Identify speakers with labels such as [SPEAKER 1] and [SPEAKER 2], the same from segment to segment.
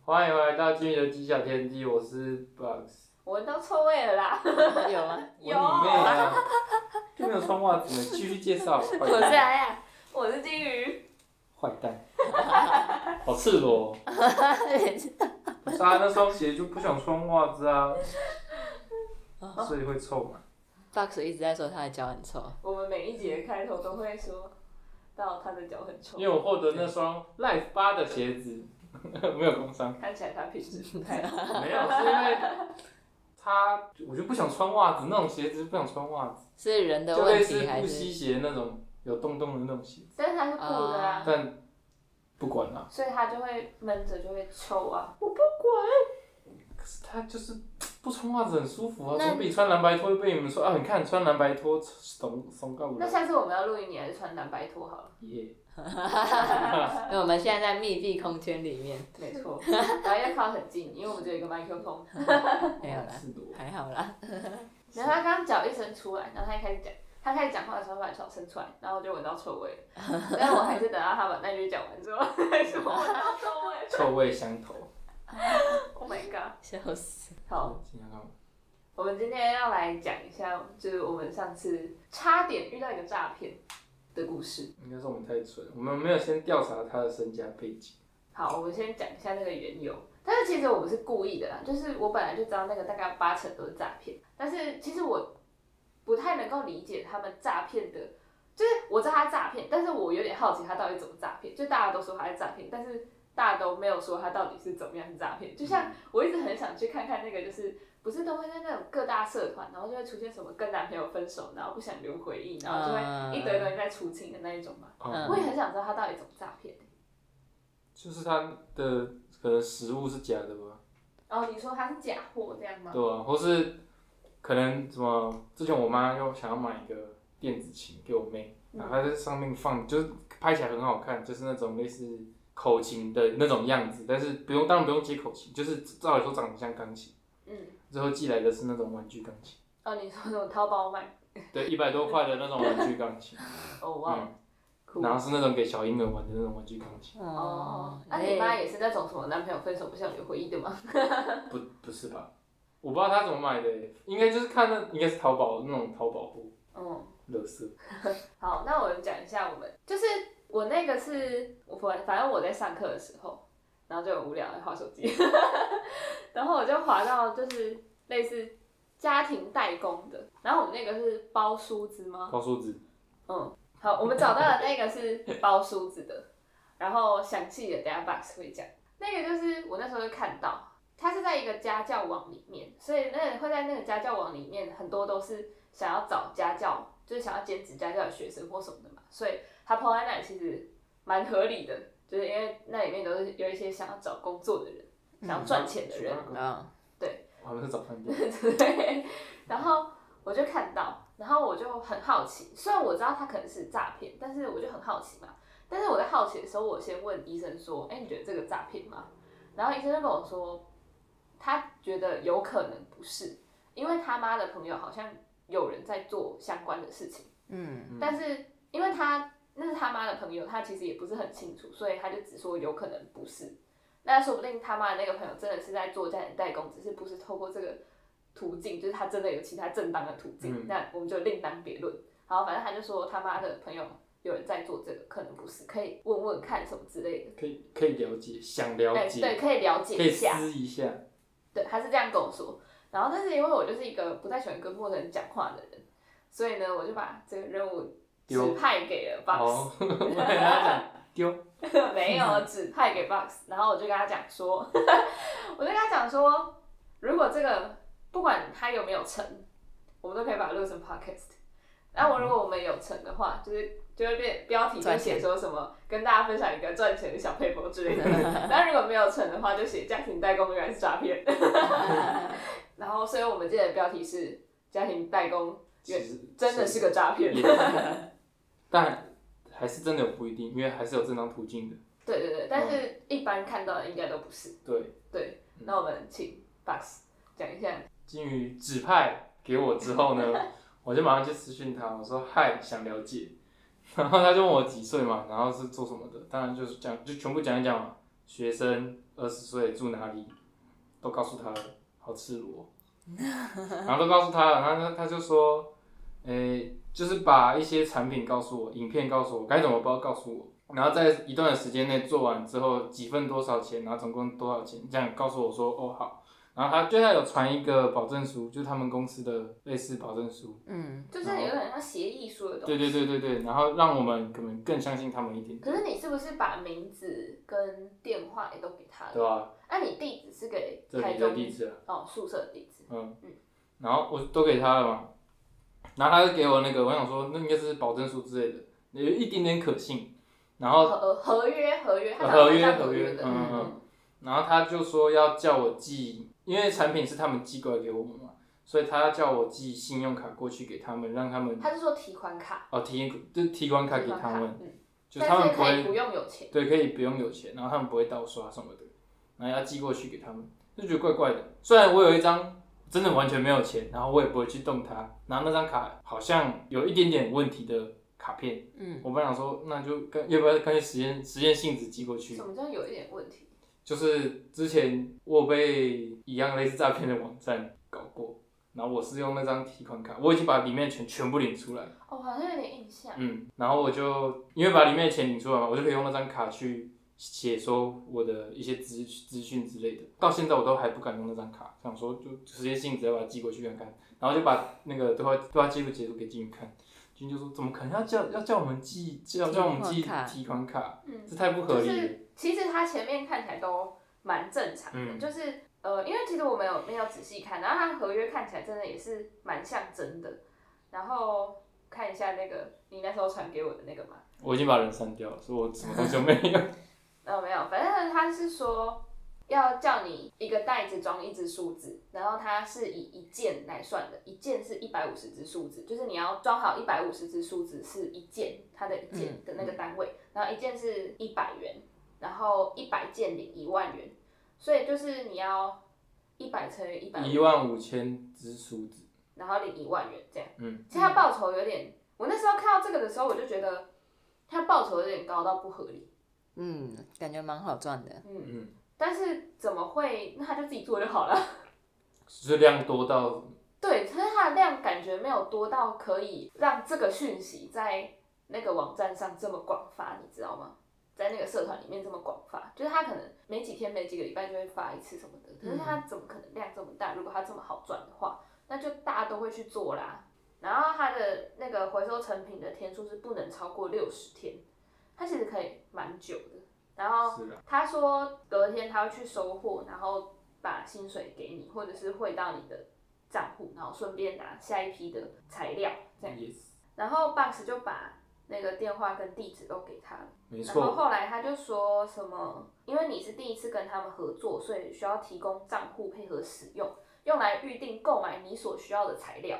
[SPEAKER 1] 欢迎回到今日的机甲天地，我是 Box。
[SPEAKER 2] 闻到臭味了啦！
[SPEAKER 3] 有吗？
[SPEAKER 2] 有
[SPEAKER 1] 我里面啊，就没有穿袜子呢，继续介绍。坏
[SPEAKER 3] 我啊
[SPEAKER 2] 我是
[SPEAKER 1] 蛋，
[SPEAKER 2] 哎 呀，我是金鱼。
[SPEAKER 1] 坏蛋，好赤裸哦、我杀那双鞋就不想穿袜子啊，所以会臭嘛。
[SPEAKER 3] Box 一直在说他的脚很 臭，
[SPEAKER 2] 我们每一集的开头都会说到他的脚很臭
[SPEAKER 1] 因，为我获得那双 Life 八的鞋子， 没有工伤，
[SPEAKER 2] 看起来他品质不太
[SPEAKER 3] 啊
[SPEAKER 2] 好。
[SPEAKER 1] 没有，是因为它我就不想穿袜子，那种鞋子不想穿袜子，
[SPEAKER 3] 是人的
[SPEAKER 1] 就类
[SPEAKER 3] 问
[SPEAKER 1] 似
[SPEAKER 3] 题还
[SPEAKER 1] 不
[SPEAKER 3] 是？
[SPEAKER 1] 吸鞋那种有洞洞的那种鞋，
[SPEAKER 2] 但是他是布的啊，
[SPEAKER 1] 但不管啦、
[SPEAKER 2] 所以他就会闷着就会臭啊。
[SPEAKER 1] 可是它就是不穿袜子很舒服啊，
[SPEAKER 3] 那
[SPEAKER 1] 总比穿蓝白拖被你们说啊，你看穿蓝白拖怂怂到不
[SPEAKER 2] 那
[SPEAKER 1] 了
[SPEAKER 2] 下次我们要录音，你还是穿蓝白拖好 了。
[SPEAKER 1] 耶。
[SPEAKER 3] 因为我们现在在密闭空间里面，
[SPEAKER 2] 没错，然后要靠很近，因为我们只有一个麦克风。
[SPEAKER 1] 哎
[SPEAKER 3] 没有啦，
[SPEAKER 1] 赤裸
[SPEAKER 3] 还好啦。
[SPEAKER 2] 然后他刚刚脚一伸出来，然后他一开始讲，他开始讲话的时候把脚伸出来，然后我就闻到臭味了。但是我还是等到他把那句讲完之后， 还是闻到臭味。
[SPEAKER 1] 臭味相投。
[SPEAKER 2] Oh my god！
[SPEAKER 3] 笑死！
[SPEAKER 2] 好，，
[SPEAKER 1] 今天要干嘛？
[SPEAKER 2] 我们今天要来讲一下，就是我们上次差点遇到一个诈骗的故事。
[SPEAKER 1] 应该是我们太蠢，我们没有先调查他的身家背景。
[SPEAKER 2] 好，我们先讲一下那个缘由。但是其实我不是故意的啦，就是我本来就知道那个大概八成都是诈骗，但是其实我不太能够理解他们诈骗的，就是我知道他诈骗，但是我有点好奇他到底怎么诈骗。就大家都说他在诈骗，但是大家都没有说他到底是怎么样诈骗。就像我一直很想去看看那个，就是不是都会在那种各大社团，然后就会出现什么跟男朋友分手，然后不想留回忆，然后就会一堆东西在出清的那一种嘛。
[SPEAKER 1] 嗯
[SPEAKER 2] 我也很想知道他到底怎么诈骗。
[SPEAKER 1] 就是他的可能食物是假的吧？
[SPEAKER 2] 然哦后你说他是假货这样吗？
[SPEAKER 1] 对啊，或是可能什么？之前我妈又想要买一个电子琴给我妹，然后她在上面放，就是拍起来很好看，就是那种类似口琴的那种样子，但是不用，当然不用接口琴，就是照理说长得像钢琴。
[SPEAKER 2] 嗯。
[SPEAKER 1] 最后寄来的是那种玩具钢琴，
[SPEAKER 2] 哦，你说那种淘宝买？
[SPEAKER 1] 对，一百多块的那种玩具钢琴，
[SPEAKER 2] 哦，哇，了。酷。
[SPEAKER 1] 然后是那种给小婴儿玩的那种玩具钢琴，
[SPEAKER 2] 哦，那、
[SPEAKER 3] 哎
[SPEAKER 2] 你妈也是那种什么男朋友分手不想留回忆的吗？
[SPEAKER 1] 不不是吧？我不知道他怎么买的，欸应该就是看那应该是淘宝那种淘宝货，
[SPEAKER 2] 嗯，
[SPEAKER 1] 乐色。
[SPEAKER 2] 好，那我们讲一下我们，就是我那个是我反反正我在上课的时候，然后就很无聊在划手机， 然后我就划到就是类似家庭代工的，然后我们那个是包梳子吗？
[SPEAKER 1] 包数字，
[SPEAKER 2] 嗯，好，我们找到的那个是包梳子的，然后详细的等一下 box 会讲。那个就是我那时候就看到，它是在一个家教网里面，所以那会在那个家教网里面，很多都是想要找家教，就是想要兼职家教的学生或什么的嘛，所以他抛在那里其实蛮合理的，就是因为那里面都是有一些想要找工作的人，想要赚钱的人，
[SPEAKER 3] 嗯，
[SPEAKER 1] 我们是早饭店，
[SPEAKER 2] 对，然后我就看到，然后我就很好奇，虽然我知道他可能是诈骗，但是我就很好奇嘛。但是我在好奇的时候，我先问医生说：“哎、你觉得这个诈骗吗？”然后医生就跟我说，他觉得有可能不是，因为他妈的朋友好像有人在做相关的事情。
[SPEAKER 3] 嗯，
[SPEAKER 1] 嗯
[SPEAKER 2] 但是因为他那是他妈的朋友，他其实也不是很清楚，所以他就只说有可能不是。那说不定他妈的那个朋友真的是在做家庭代工，只是不是透过这个途径，就是他真的有其他正当的途径，
[SPEAKER 1] 嗯
[SPEAKER 2] 那我们就另当别论。然后反正他就说他妈的朋友有人在做这个，可能不是，可以问问看什么之类的。
[SPEAKER 1] 可以可以了解，想了
[SPEAKER 2] 哎，对，
[SPEAKER 1] 解，
[SPEAKER 2] 可以了解
[SPEAKER 1] 可以
[SPEAKER 2] 一下。
[SPEAKER 1] 撕一下，
[SPEAKER 2] 对，他是这样跟我说。然后，但是因为我就是一个不太喜欢跟陌生人讲话的人，所以呢，我就把这个任务
[SPEAKER 1] 丢
[SPEAKER 2] 指派给了 Box，
[SPEAKER 1] 哦， 我跟他讲 丢，
[SPEAKER 2] 没有指派给 Box。然后我就跟他讲说， 我就跟他讲说，如果这个不管他有没有成，我们都可以把它录成 podcast。然后我如果我们有成的话，就是就会变标题就
[SPEAKER 3] 赚钱
[SPEAKER 2] 写说什么跟大家分享一个赚钱的小配博之类的。那如果没有成的话，就写家庭代工原来是诈骗。 然后，所以我们这的标题是家庭代工
[SPEAKER 1] 其实
[SPEAKER 2] 真的是个诈 骗。
[SPEAKER 1] 也但还是真的有不一定，因为还是有正当途径的。
[SPEAKER 2] 对对对，但是一般看到的应该都不是。
[SPEAKER 1] 对，
[SPEAKER 2] 对，那我们请 Box 讲一下。
[SPEAKER 1] 金鱼指派给我之后呢，我就马上去私讯他，我说嗨，想了解， 然后他就问我几岁嘛，然后是做什么的，当然就是讲就全部讲一讲嘛，学生，二十岁住哪里，都告诉他了，好赤裸，然后都告诉他了，然后他他就说，诶、就是把一些产品告诉我，影片告诉我，该怎么包告诉我，然后在一段的时间内做完之后，几份多少钱，然后总共多少钱，这样告诉我说，哦好，然后他就他有传一个保证书，就是他们公司的类似保证书，
[SPEAKER 3] 嗯，
[SPEAKER 2] 就是有点像协议书的东西。
[SPEAKER 1] 对对对对对，然后让我们可能更相信他们一点，
[SPEAKER 2] 可是你是不是把名字跟电话也都给他
[SPEAKER 1] 对
[SPEAKER 2] 了？
[SPEAKER 1] 吧、
[SPEAKER 2] 那、你地址是给
[SPEAKER 1] 这
[SPEAKER 2] 台
[SPEAKER 1] 里的
[SPEAKER 2] 中
[SPEAKER 1] 地址啊，
[SPEAKER 2] 哦宿舍的地址，
[SPEAKER 1] 嗯
[SPEAKER 2] 嗯，
[SPEAKER 1] 然后我都给他了嘛，然后他就给我那个，我想说那应该是保证书之类的，有一点点可信，然后
[SPEAKER 2] 合呃合约合约，他
[SPEAKER 1] 呃
[SPEAKER 2] 长得
[SPEAKER 1] 合约
[SPEAKER 2] 像
[SPEAKER 1] 合约
[SPEAKER 2] 的，
[SPEAKER 1] 嗯
[SPEAKER 3] 嗯
[SPEAKER 1] 嗯，然后他就说要叫我寄，因为产品是他们寄过来给我们嘛，所以他要叫我寄信用卡过去给他们，让他们
[SPEAKER 2] 嗯他是说提款卡，
[SPEAKER 1] 哦提就提款卡
[SPEAKER 2] 提
[SPEAKER 1] 给
[SPEAKER 2] 款
[SPEAKER 1] 他
[SPEAKER 2] 卡，
[SPEAKER 1] 们，
[SPEAKER 2] 嗯，
[SPEAKER 1] 就他
[SPEAKER 2] 但
[SPEAKER 1] 们
[SPEAKER 2] 是
[SPEAKER 1] 不
[SPEAKER 2] 可以
[SPEAKER 1] 会
[SPEAKER 2] 不用有钱，
[SPEAKER 1] 对，可以不用有钱，然后他们不会盗刷什么的，然后要寄过去给他们，就觉得怪怪的。虽然我有一张真的完全没有钱，然后我也不会去动它，然后那张卡好像有一点点问题的卡片，
[SPEAKER 3] 嗯，
[SPEAKER 1] 我本来想说那就干要不要干脆实验实验性质寄过去啊
[SPEAKER 2] 什，么叫有一点问题？
[SPEAKER 1] 就是之前我有被一样类似诈骗的网站搞过。然后我是用那张提款卡，我已经把里面的钱全部领出来，
[SPEAKER 2] 哦，好像有点印象，
[SPEAKER 1] 嗯，然后我就因为把里面的钱领出来嘛，我就可以用那张卡去写说我的一些资资讯之类的。到现在我都还不敢用那张卡，想说就直接性直接把它寄过去看看，然后就把那个对话对话记录截图给金鱼看，金鱼就说怎么可能要叫要叫我们寄叫叫我们寄
[SPEAKER 3] 提款卡
[SPEAKER 1] 提款卡，
[SPEAKER 2] 嗯，
[SPEAKER 1] 这太不合理了。
[SPEAKER 2] 就是其实他前面看起来都蛮正常的，
[SPEAKER 1] 嗯
[SPEAKER 2] 就是呃，因为其实我没有没有仔细看，然后他合约看起来真的也是蛮像真的。然后看一下那个你那时候传给我的那个嘛，
[SPEAKER 1] 我已经把人删掉了，所以我什么东西都没有。
[SPEAKER 2] 呃，没有，反正他是说要叫你一个袋子装一只数字，然后它是以一件来算的，一件是一百五十只数字，就是你要装好一百五十只数字是一件，它的一件的那
[SPEAKER 1] 嗯
[SPEAKER 2] 个单位，然后一件是一百元，然后一百件领一万元，所以就是你要一百乘以一百，
[SPEAKER 1] 一万五千只数字，
[SPEAKER 2] 然后领一万元这样。
[SPEAKER 1] 嗯，
[SPEAKER 2] 其实他报酬有点，我那时候看到这个的时候，我就觉得他报酬有点高到不合理。
[SPEAKER 3] 嗯，感觉蛮好赚的。
[SPEAKER 2] 嗯
[SPEAKER 1] 嗯，
[SPEAKER 2] 但是怎么会？那他就自己做就好了。
[SPEAKER 1] 是量多到
[SPEAKER 2] 对，可是它的量感觉没有多到可以让这个讯息在那个网站上这么广发，你知道吗？在那个社团里面这么广发，就是他可能每几天、每几个礼拜就会发一次什么的。可是他怎么可能量这么大？如果他这么好赚的话，那就大家都会去做啦。然后他的那个回收成品的天数是不能超过六十天，它其实可以蛮久的。然后
[SPEAKER 1] 是啊，
[SPEAKER 2] 他说隔天他会去收货，然后把薪水给你，或者是汇到你的账户，然后顺便拿下一批的材料这样。
[SPEAKER 1] 也
[SPEAKER 2] 然后 Box 就把那个电话跟地址都给他了。
[SPEAKER 1] 没
[SPEAKER 2] 然后
[SPEAKER 1] 错，
[SPEAKER 2] 后来他就说什么，因为你是第一次跟他们合作，所以需要提供账户配合使用，用来预定购买你所需要的材料。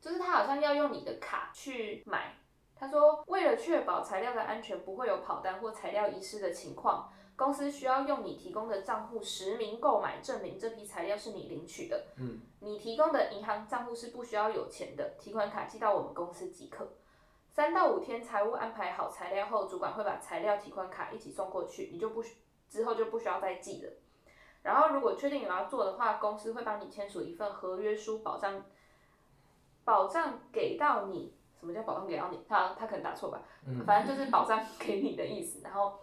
[SPEAKER 2] 就是他好像要用你的卡去买。他说，为了确保材料的安全不会有跑单或材料遗失的情况，公司需要用你提供的账户实名购买，证明这批材料是你领取的。
[SPEAKER 1] 嗯，
[SPEAKER 2] 你提供的银行账户是不需要有钱的，提款卡寄到我们公司即可。三到五天财务安排好材料后，主管会把材料、提款卡一起送过去，你就不需之后就不需要再寄了。然后如果确定有要做的话，公司会帮你签署一份合约书，保障保障给到你。什么叫保障给到你？他他可能打错吧，
[SPEAKER 1] 嗯
[SPEAKER 2] 反正就是保障给你的意思。然后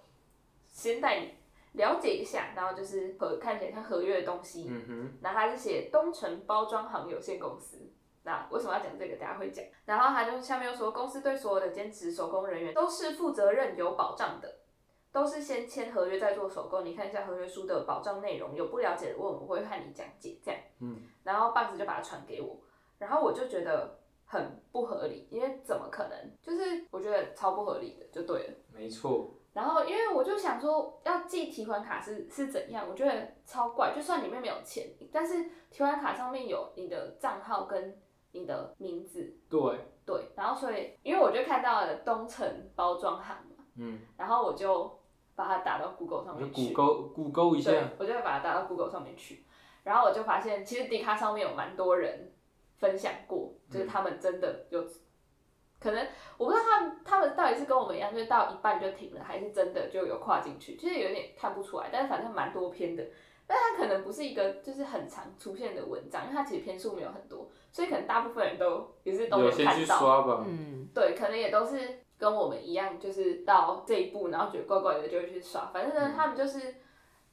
[SPEAKER 2] 先带你了解一下，然后就是合看起来像合约的东西，
[SPEAKER 1] 嗯哼，
[SPEAKER 2] 然后他是写东城包装行有限公司。那为什么要讲这个？大家会讲。然后他就下面又说，公司对所有的兼职手工人员都是负责任、有保障的，都是先签合约再做手工。你看一下合约书的保障内容，有不了解的问我，我会和你讲解这样。
[SPEAKER 1] 嗯，
[SPEAKER 2] 然后 Box 就把它传给我，然后我就觉得很不合理，因为怎么可能？就是我觉得超不合理的，就对了。
[SPEAKER 1] 没错。
[SPEAKER 2] 然后因为我就想说，要寄提款卡是是怎样？我觉得超怪，就算里面没有钱，但是提款卡上面有你的账号跟你的名字，
[SPEAKER 1] 对，
[SPEAKER 2] 对。然后所以，因为我就看到了东城包装行嘛，
[SPEAKER 1] 嗯，
[SPEAKER 2] 然后我就把它打到 Google 上
[SPEAKER 1] 我就
[SPEAKER 2] 面
[SPEAKER 1] 谷
[SPEAKER 2] 去，
[SPEAKER 1] 歌谷歌一
[SPEAKER 2] 对
[SPEAKER 1] 下，，
[SPEAKER 2] 我就会把它打到 Google 上面去。然后我就发
[SPEAKER 1] 嗯
[SPEAKER 2] 现，其实迪卡上面有蛮多人分享过，就是他们真的有可能我不知道他们他们到底是跟我们一样，就是到一半就停了，还是真的就有跨进去，就是有点看不出来。但是反正蛮多篇的，但它可能不是一个就是很常出现的文章，因为它其实篇数没有很多，所以可能大部分人都也是都
[SPEAKER 1] 有先去
[SPEAKER 2] 看到。
[SPEAKER 1] 刷吧，
[SPEAKER 3] 嗯，
[SPEAKER 2] 对，可能也都是跟我们一样，就是到这一步，然后觉得怪怪的就会去刷。反正呢，他们就是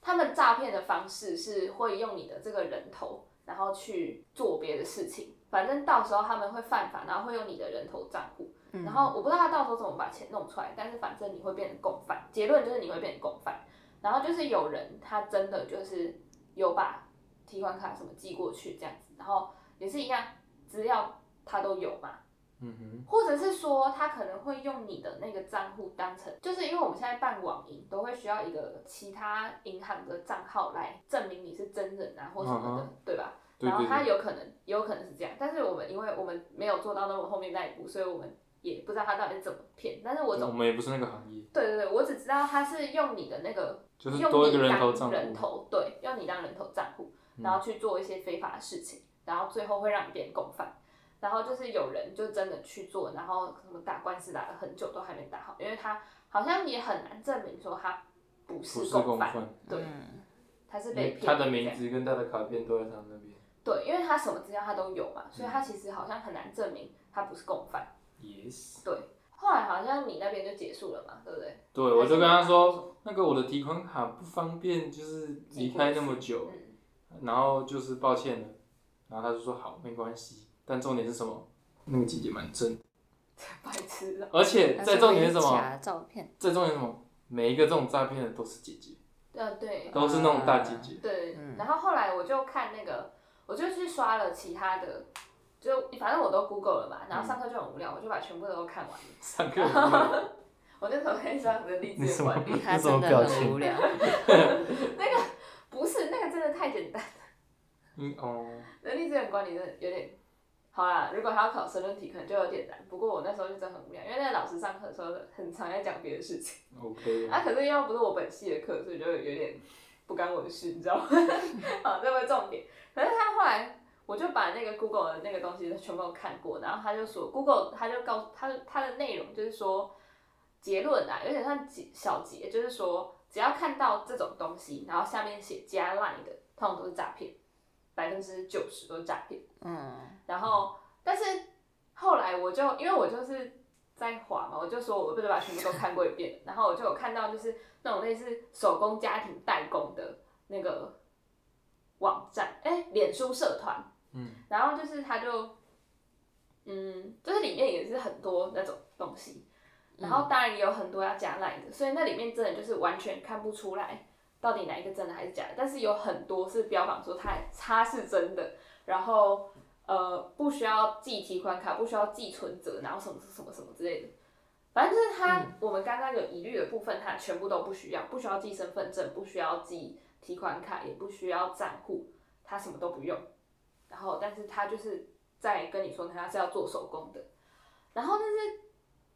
[SPEAKER 2] 他们诈骗的方式是会用你的这个人头，然后去做别的事情。反正到时候他们会犯法，然后会用你的人头账户，
[SPEAKER 3] 嗯
[SPEAKER 2] 然后我不知道他到时候怎么把钱弄出来，但是反正你会变成共犯。结论就是你会变成共犯。然后就是有人他真的就是有把提款卡什么寄过去这样子，然后也是一样，资料他都有嘛，
[SPEAKER 1] 嗯哼，
[SPEAKER 2] 或者是说他可能会用你的那个账户当成，就是因为我们现在办网银都会需要一个其他银行的账号来证明你是真人啊或什么的，
[SPEAKER 1] 嗯
[SPEAKER 2] 对吧？
[SPEAKER 1] 对
[SPEAKER 2] 然后
[SPEAKER 1] 对
[SPEAKER 2] 他
[SPEAKER 1] 对，
[SPEAKER 2] 有可能有可能是这样，但是我们因为我们没有做到那么后面那一步，所以我们也不知道他到底是怎么骗。但是我
[SPEAKER 1] 我
[SPEAKER 2] 总、
[SPEAKER 1] 们也不是那个行业，
[SPEAKER 2] 对对对，我只知道他是用你的那个
[SPEAKER 1] 就是
[SPEAKER 2] 用
[SPEAKER 1] 多一
[SPEAKER 2] 你
[SPEAKER 1] 个人头账
[SPEAKER 2] 当人
[SPEAKER 1] 户，
[SPEAKER 2] 头，对，用你当人头账户，
[SPEAKER 1] 嗯
[SPEAKER 2] 然后去做一些非法的事情，然后最后会让你变共犯。然后就是有人就真的去做，然后什么打官司打了很久都还没打好，因为他好像也很难证明说他不
[SPEAKER 1] 不
[SPEAKER 2] 是
[SPEAKER 1] 是共
[SPEAKER 2] 犯，
[SPEAKER 1] 犯，
[SPEAKER 2] 对，
[SPEAKER 3] 嗯
[SPEAKER 2] 他是
[SPEAKER 1] 因
[SPEAKER 2] 被
[SPEAKER 1] 为
[SPEAKER 2] 骗
[SPEAKER 1] 他的
[SPEAKER 2] 这
[SPEAKER 1] 名
[SPEAKER 2] 样
[SPEAKER 1] 字跟他的卡片都在他那边，
[SPEAKER 2] 对，因为他什么资料他都有嘛，所
[SPEAKER 1] 嗯
[SPEAKER 2] 以他其实好像很难证明他不是共犯。
[SPEAKER 1] yes，
[SPEAKER 2] 对，后来好像你那边就结束了嘛，对不对？
[SPEAKER 1] 对我就跟他说，那个我的提款卡不方便，就是离开那么久，
[SPEAKER 2] 嗯，
[SPEAKER 1] 然后就是抱歉了，然后他就说好，没关系，但重点是什么？那个姐姐蛮正，
[SPEAKER 2] 白痴啊！
[SPEAKER 1] 而且最重点是什
[SPEAKER 3] 那会
[SPEAKER 1] 么？
[SPEAKER 3] 假的照 片，
[SPEAKER 1] 最重点是什么？每一个这种诈骗的都是姐姐，
[SPEAKER 2] 呃，对，
[SPEAKER 1] 都是那种大姐 姐。
[SPEAKER 2] 对，
[SPEAKER 3] 嗯
[SPEAKER 2] 然后后来我就看那个，我就去刷了其他的，就反正我都 Google 了嘛，然后上课就很无聊，我就把全部都看完了。
[SPEAKER 1] 上课有没有
[SPEAKER 2] 我那时候在上我的励
[SPEAKER 1] 你
[SPEAKER 2] 志
[SPEAKER 1] 什
[SPEAKER 2] 管
[SPEAKER 1] 么
[SPEAKER 2] 理，
[SPEAKER 3] 他
[SPEAKER 1] 你什
[SPEAKER 3] 真
[SPEAKER 1] 么
[SPEAKER 3] 的
[SPEAKER 1] 表
[SPEAKER 3] 很无
[SPEAKER 1] 情？
[SPEAKER 3] 聊。
[SPEAKER 2] 不是那个真的太简单，
[SPEAKER 1] 嗯哦，
[SPEAKER 2] 人力资源管理真的有点。好啦，如果他要考申论题，可能就有点难。不过我那时候就真的很无聊，因为那个老师上课的时候很常在讲别的事情。
[SPEAKER 1] OK，
[SPEAKER 2] 啊，可是又不是我本系的课，所以就有点不干我的事，你知道吗？好，这不是重点。可是他后来，我就把那个 Google 的那个东西全部都看过，然后他就说 Google，他就告诉他的他的内容就是说结论啊，有点像结小结，就是说只要看到这种东西，然后下面写加 line 的，通常都是诈骗，百分之九十都是诈骗。
[SPEAKER 3] 嗯，
[SPEAKER 2] 然后，但是后来我就因为我就是在滑嘛，我就说我不是把全部都看过一遍了，然后我就有看到就是那种类似手工家庭代工的那个网站，哎、脸书社团，
[SPEAKER 1] 嗯，
[SPEAKER 2] 然后就是他就，嗯，就是里面也是很多那种东西，然后当然也有很多要加 line 的，所以那里面真的就是完全看不出来到底哪一个真的还是假的，但是有很多是标榜说它它是真的，然后呃不需要寄提款卡，不需要寄存折，然后什么什么什么之类的。反正就是它，我们刚刚有疑虑的部分，它全部都不需要，不需要寄身份证，不需要寄提款卡，也不需要账户，它什么都不用。然后但是他就是在跟你说他是要做手工的，然后但是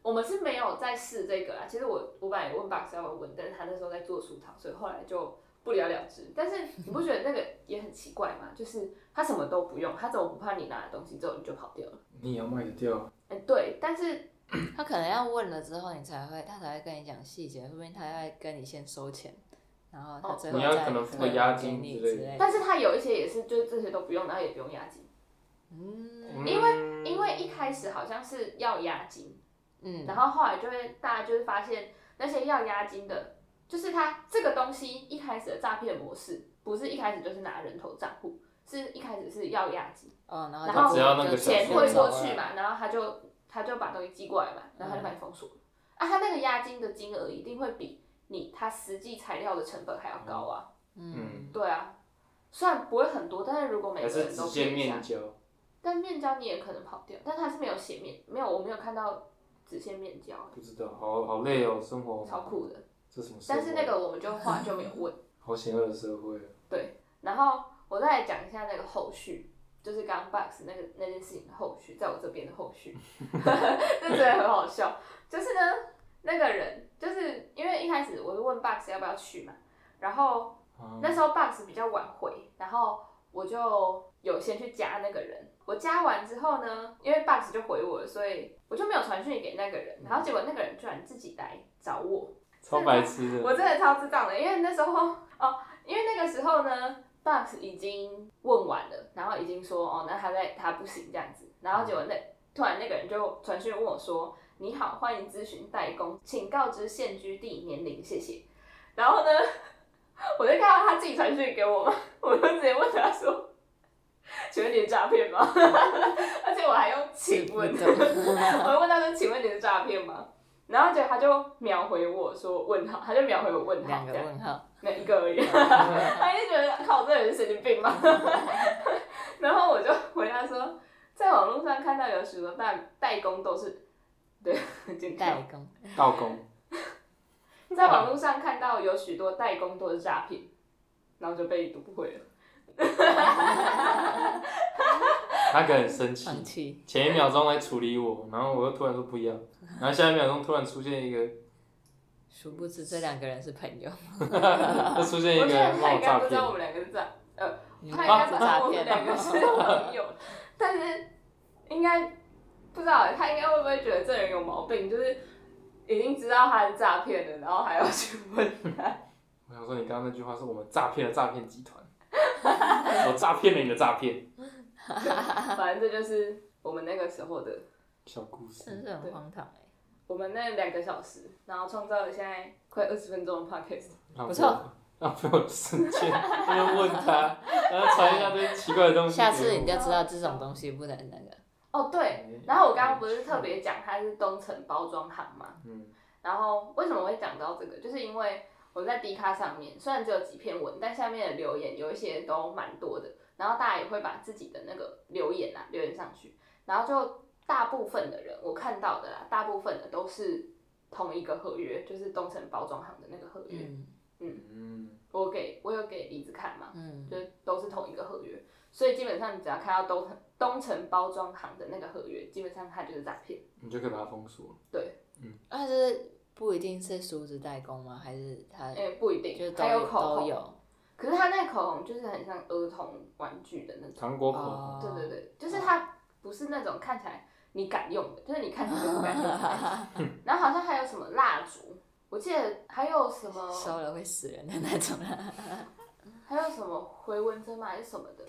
[SPEAKER 2] 我们是没有在试这个啦。其实我我本来也问 Box 要不要问，但是他那时候在做书堂，所以后来就不了了之。但是你不觉得那个也很奇怪吗？就是他什么都不用，他怎么不怕你拿了东西之后你就跑掉了？
[SPEAKER 1] 你也要卖得掉，
[SPEAKER 2] 哎、对，但是
[SPEAKER 3] 他可能要问了之后，你才会，他才会跟你讲细节，说不定他要跟你先收钱，然后他最
[SPEAKER 1] 哦
[SPEAKER 3] 后
[SPEAKER 1] 你要
[SPEAKER 3] 再
[SPEAKER 1] 可能付个
[SPEAKER 3] 退
[SPEAKER 1] 押
[SPEAKER 3] 还给
[SPEAKER 1] 金
[SPEAKER 3] 你
[SPEAKER 1] 之类
[SPEAKER 3] 之
[SPEAKER 1] 的
[SPEAKER 3] 类的。
[SPEAKER 2] 但是他有一些也是就是这些都不用，然后也不用押金，
[SPEAKER 3] 嗯
[SPEAKER 1] 嗯
[SPEAKER 2] 因为因为一开始好像是要押金，
[SPEAKER 3] 嗯，
[SPEAKER 2] 然后后来就会大家就是发现那些要押金的，就是他这个东西一开始的诈骗模式，不是一开始就是拿人头账户，是一开始是要押金，
[SPEAKER 3] 哦，然后
[SPEAKER 2] 然后
[SPEAKER 3] 就
[SPEAKER 2] 只
[SPEAKER 1] 啊要那个
[SPEAKER 3] 就
[SPEAKER 1] 小
[SPEAKER 2] 钱
[SPEAKER 1] 数
[SPEAKER 2] 汇
[SPEAKER 1] 目
[SPEAKER 2] 过去嘛，然后他就他就把东西寄过来嘛，然后他就
[SPEAKER 1] 嗯
[SPEAKER 2] 把你封锁了。啊，他那个押金的金额一定会比你他实际材料的成本还要高啊，
[SPEAKER 3] 嗯，
[SPEAKER 1] 嗯，
[SPEAKER 2] 对啊，虽然不会很多，但是如果每
[SPEAKER 1] 还
[SPEAKER 2] 个
[SPEAKER 1] 是
[SPEAKER 2] 人
[SPEAKER 1] 直
[SPEAKER 2] 都
[SPEAKER 1] 接
[SPEAKER 2] 骗一下
[SPEAKER 1] 面交，
[SPEAKER 2] 但面交你也可能跑掉，但他是没有写面，没有我没有看到只限面交，
[SPEAKER 1] 不知道，好好累哦，生活
[SPEAKER 2] 超酷的。
[SPEAKER 1] 这什么社会？
[SPEAKER 2] 但是那个我们就后来就没有问。
[SPEAKER 1] 好险恶的社会啊，
[SPEAKER 2] 然后我再来讲一下那个后续，就是刚刚 Box 那个那件事情的后续，在我这边的后续， 这真的很好笑。就是呢，那个人就是因为一开始我是问 Box 要不要去嘛，然后
[SPEAKER 1] 啊
[SPEAKER 2] 那时候 Box 比较晚回，然后我就有先去加那个人。我加完之后呢，因为 Box 就回我了，所以我就没有传讯给那个人。然后结果那个人居然自己来找我，
[SPEAKER 1] 超白痴的，
[SPEAKER 2] 我真的超智障的，因为那时候 哦，因为那个时候呢，Box 已经问完了，然后已经说哦，那他在他不行这样子，然后结果那突然那个人就传讯问我说：“你好，欢迎咨询代工，请告知现居地、年龄，谢谢。”然后呢， 我就看到他自己传讯给我嘛，我就直接问他说。请问你是诈骗吗？ 而且我还用请问，
[SPEAKER 3] 请问
[SPEAKER 2] 我就问他说：“请问你是诈骗吗？”然后结果他就秒回我说问号，他就秒回我问号
[SPEAKER 3] 两
[SPEAKER 2] 这
[SPEAKER 3] 个
[SPEAKER 2] 样，
[SPEAKER 3] 问号，
[SPEAKER 2] 没有一 个而已，他就觉得靠，这人是神经病吗？ 然后我就回他说，在网络上看到有许多代代工都是，对， 很简
[SPEAKER 3] 代
[SPEAKER 2] 单，
[SPEAKER 3] 工，
[SPEAKER 1] 道工，
[SPEAKER 2] 在网络上看到有许多代工都是诈骗，然后就被读会了。
[SPEAKER 1] 他可能很生气，
[SPEAKER 3] 放弃，
[SPEAKER 1] 前一秒钟来处理我，然后我又突然说不要，然后下一秒钟突然出现一个，
[SPEAKER 3] 殊不知这两个人是朋友，
[SPEAKER 1] 又出现一
[SPEAKER 2] 我
[SPEAKER 1] 个
[SPEAKER 2] 觉得他
[SPEAKER 1] 冒
[SPEAKER 2] 应该
[SPEAKER 1] 诈
[SPEAKER 2] 不知
[SPEAKER 1] 骗
[SPEAKER 2] 道，我们两个是诈，呃，
[SPEAKER 3] 嗯
[SPEAKER 2] 他应该不知道我
[SPEAKER 3] 是
[SPEAKER 2] 们两个是朋 友，但是应该不知道他应该会不会觉得这人有毛病，就是已经知道他是诈骗了，然后还要去 问他。
[SPEAKER 1] 我想说你刚刚那句话是我们诈骗了诈骗集团，我诈骗了你的诈骗
[SPEAKER 2] 反正这就是我们那个时候的，
[SPEAKER 1] 小故
[SPEAKER 3] 真
[SPEAKER 1] 事，
[SPEAKER 3] 是很荒唐哎、
[SPEAKER 2] 我们那两个小时，然后创造了现在快二十分钟的 podcast。
[SPEAKER 1] 让
[SPEAKER 3] 不
[SPEAKER 1] 我
[SPEAKER 3] 错
[SPEAKER 1] 让朋友生气，他就问他，然后传一大堆奇怪的东西给我，
[SPEAKER 3] 下次你就知道这种东西不能那个，
[SPEAKER 2] 哦，对，然后我刚刚不是特别讲它是东城包装行嘛，
[SPEAKER 1] 嗯，
[SPEAKER 2] 然后为什么会讲到这个，就是因为我在 D 卡上面，虽然只有几篇文，但下面的留言有一些都蛮多的，然后大家也会把自己的那个留言啊留言上去，然后就大部分的人我看到的啦，大部分的都是同一个合约，就是东城包装行的那个合约。
[SPEAKER 3] 嗯
[SPEAKER 1] 嗯，
[SPEAKER 2] 我给我有给梨子看嘛，
[SPEAKER 3] 嗯
[SPEAKER 2] 就都是同一个合约，所以基本上你只要看到东城东城包装行的那个合约，基本上它就是诈骗。
[SPEAKER 1] 你就可以把它封锁了，
[SPEAKER 3] 但是不一定是梳子代工吗？还是他
[SPEAKER 2] 哎、不一
[SPEAKER 3] 就是
[SPEAKER 2] 定，
[SPEAKER 3] 都
[SPEAKER 2] 还有口
[SPEAKER 3] 都
[SPEAKER 2] 红，
[SPEAKER 3] 有
[SPEAKER 2] 可是它那个口红就是很像儿童玩具的那种，
[SPEAKER 1] 糖果口红，
[SPEAKER 3] 哦
[SPEAKER 2] 对对对，就是它不是那种看起来你敢用的，就是你看起来就不敢用的。 然后好像还有什么蜡烛，我记得还有什 么，
[SPEAKER 3] 收了会死人的那种啦，
[SPEAKER 2] 还有什么回纹针嘛还是什么的，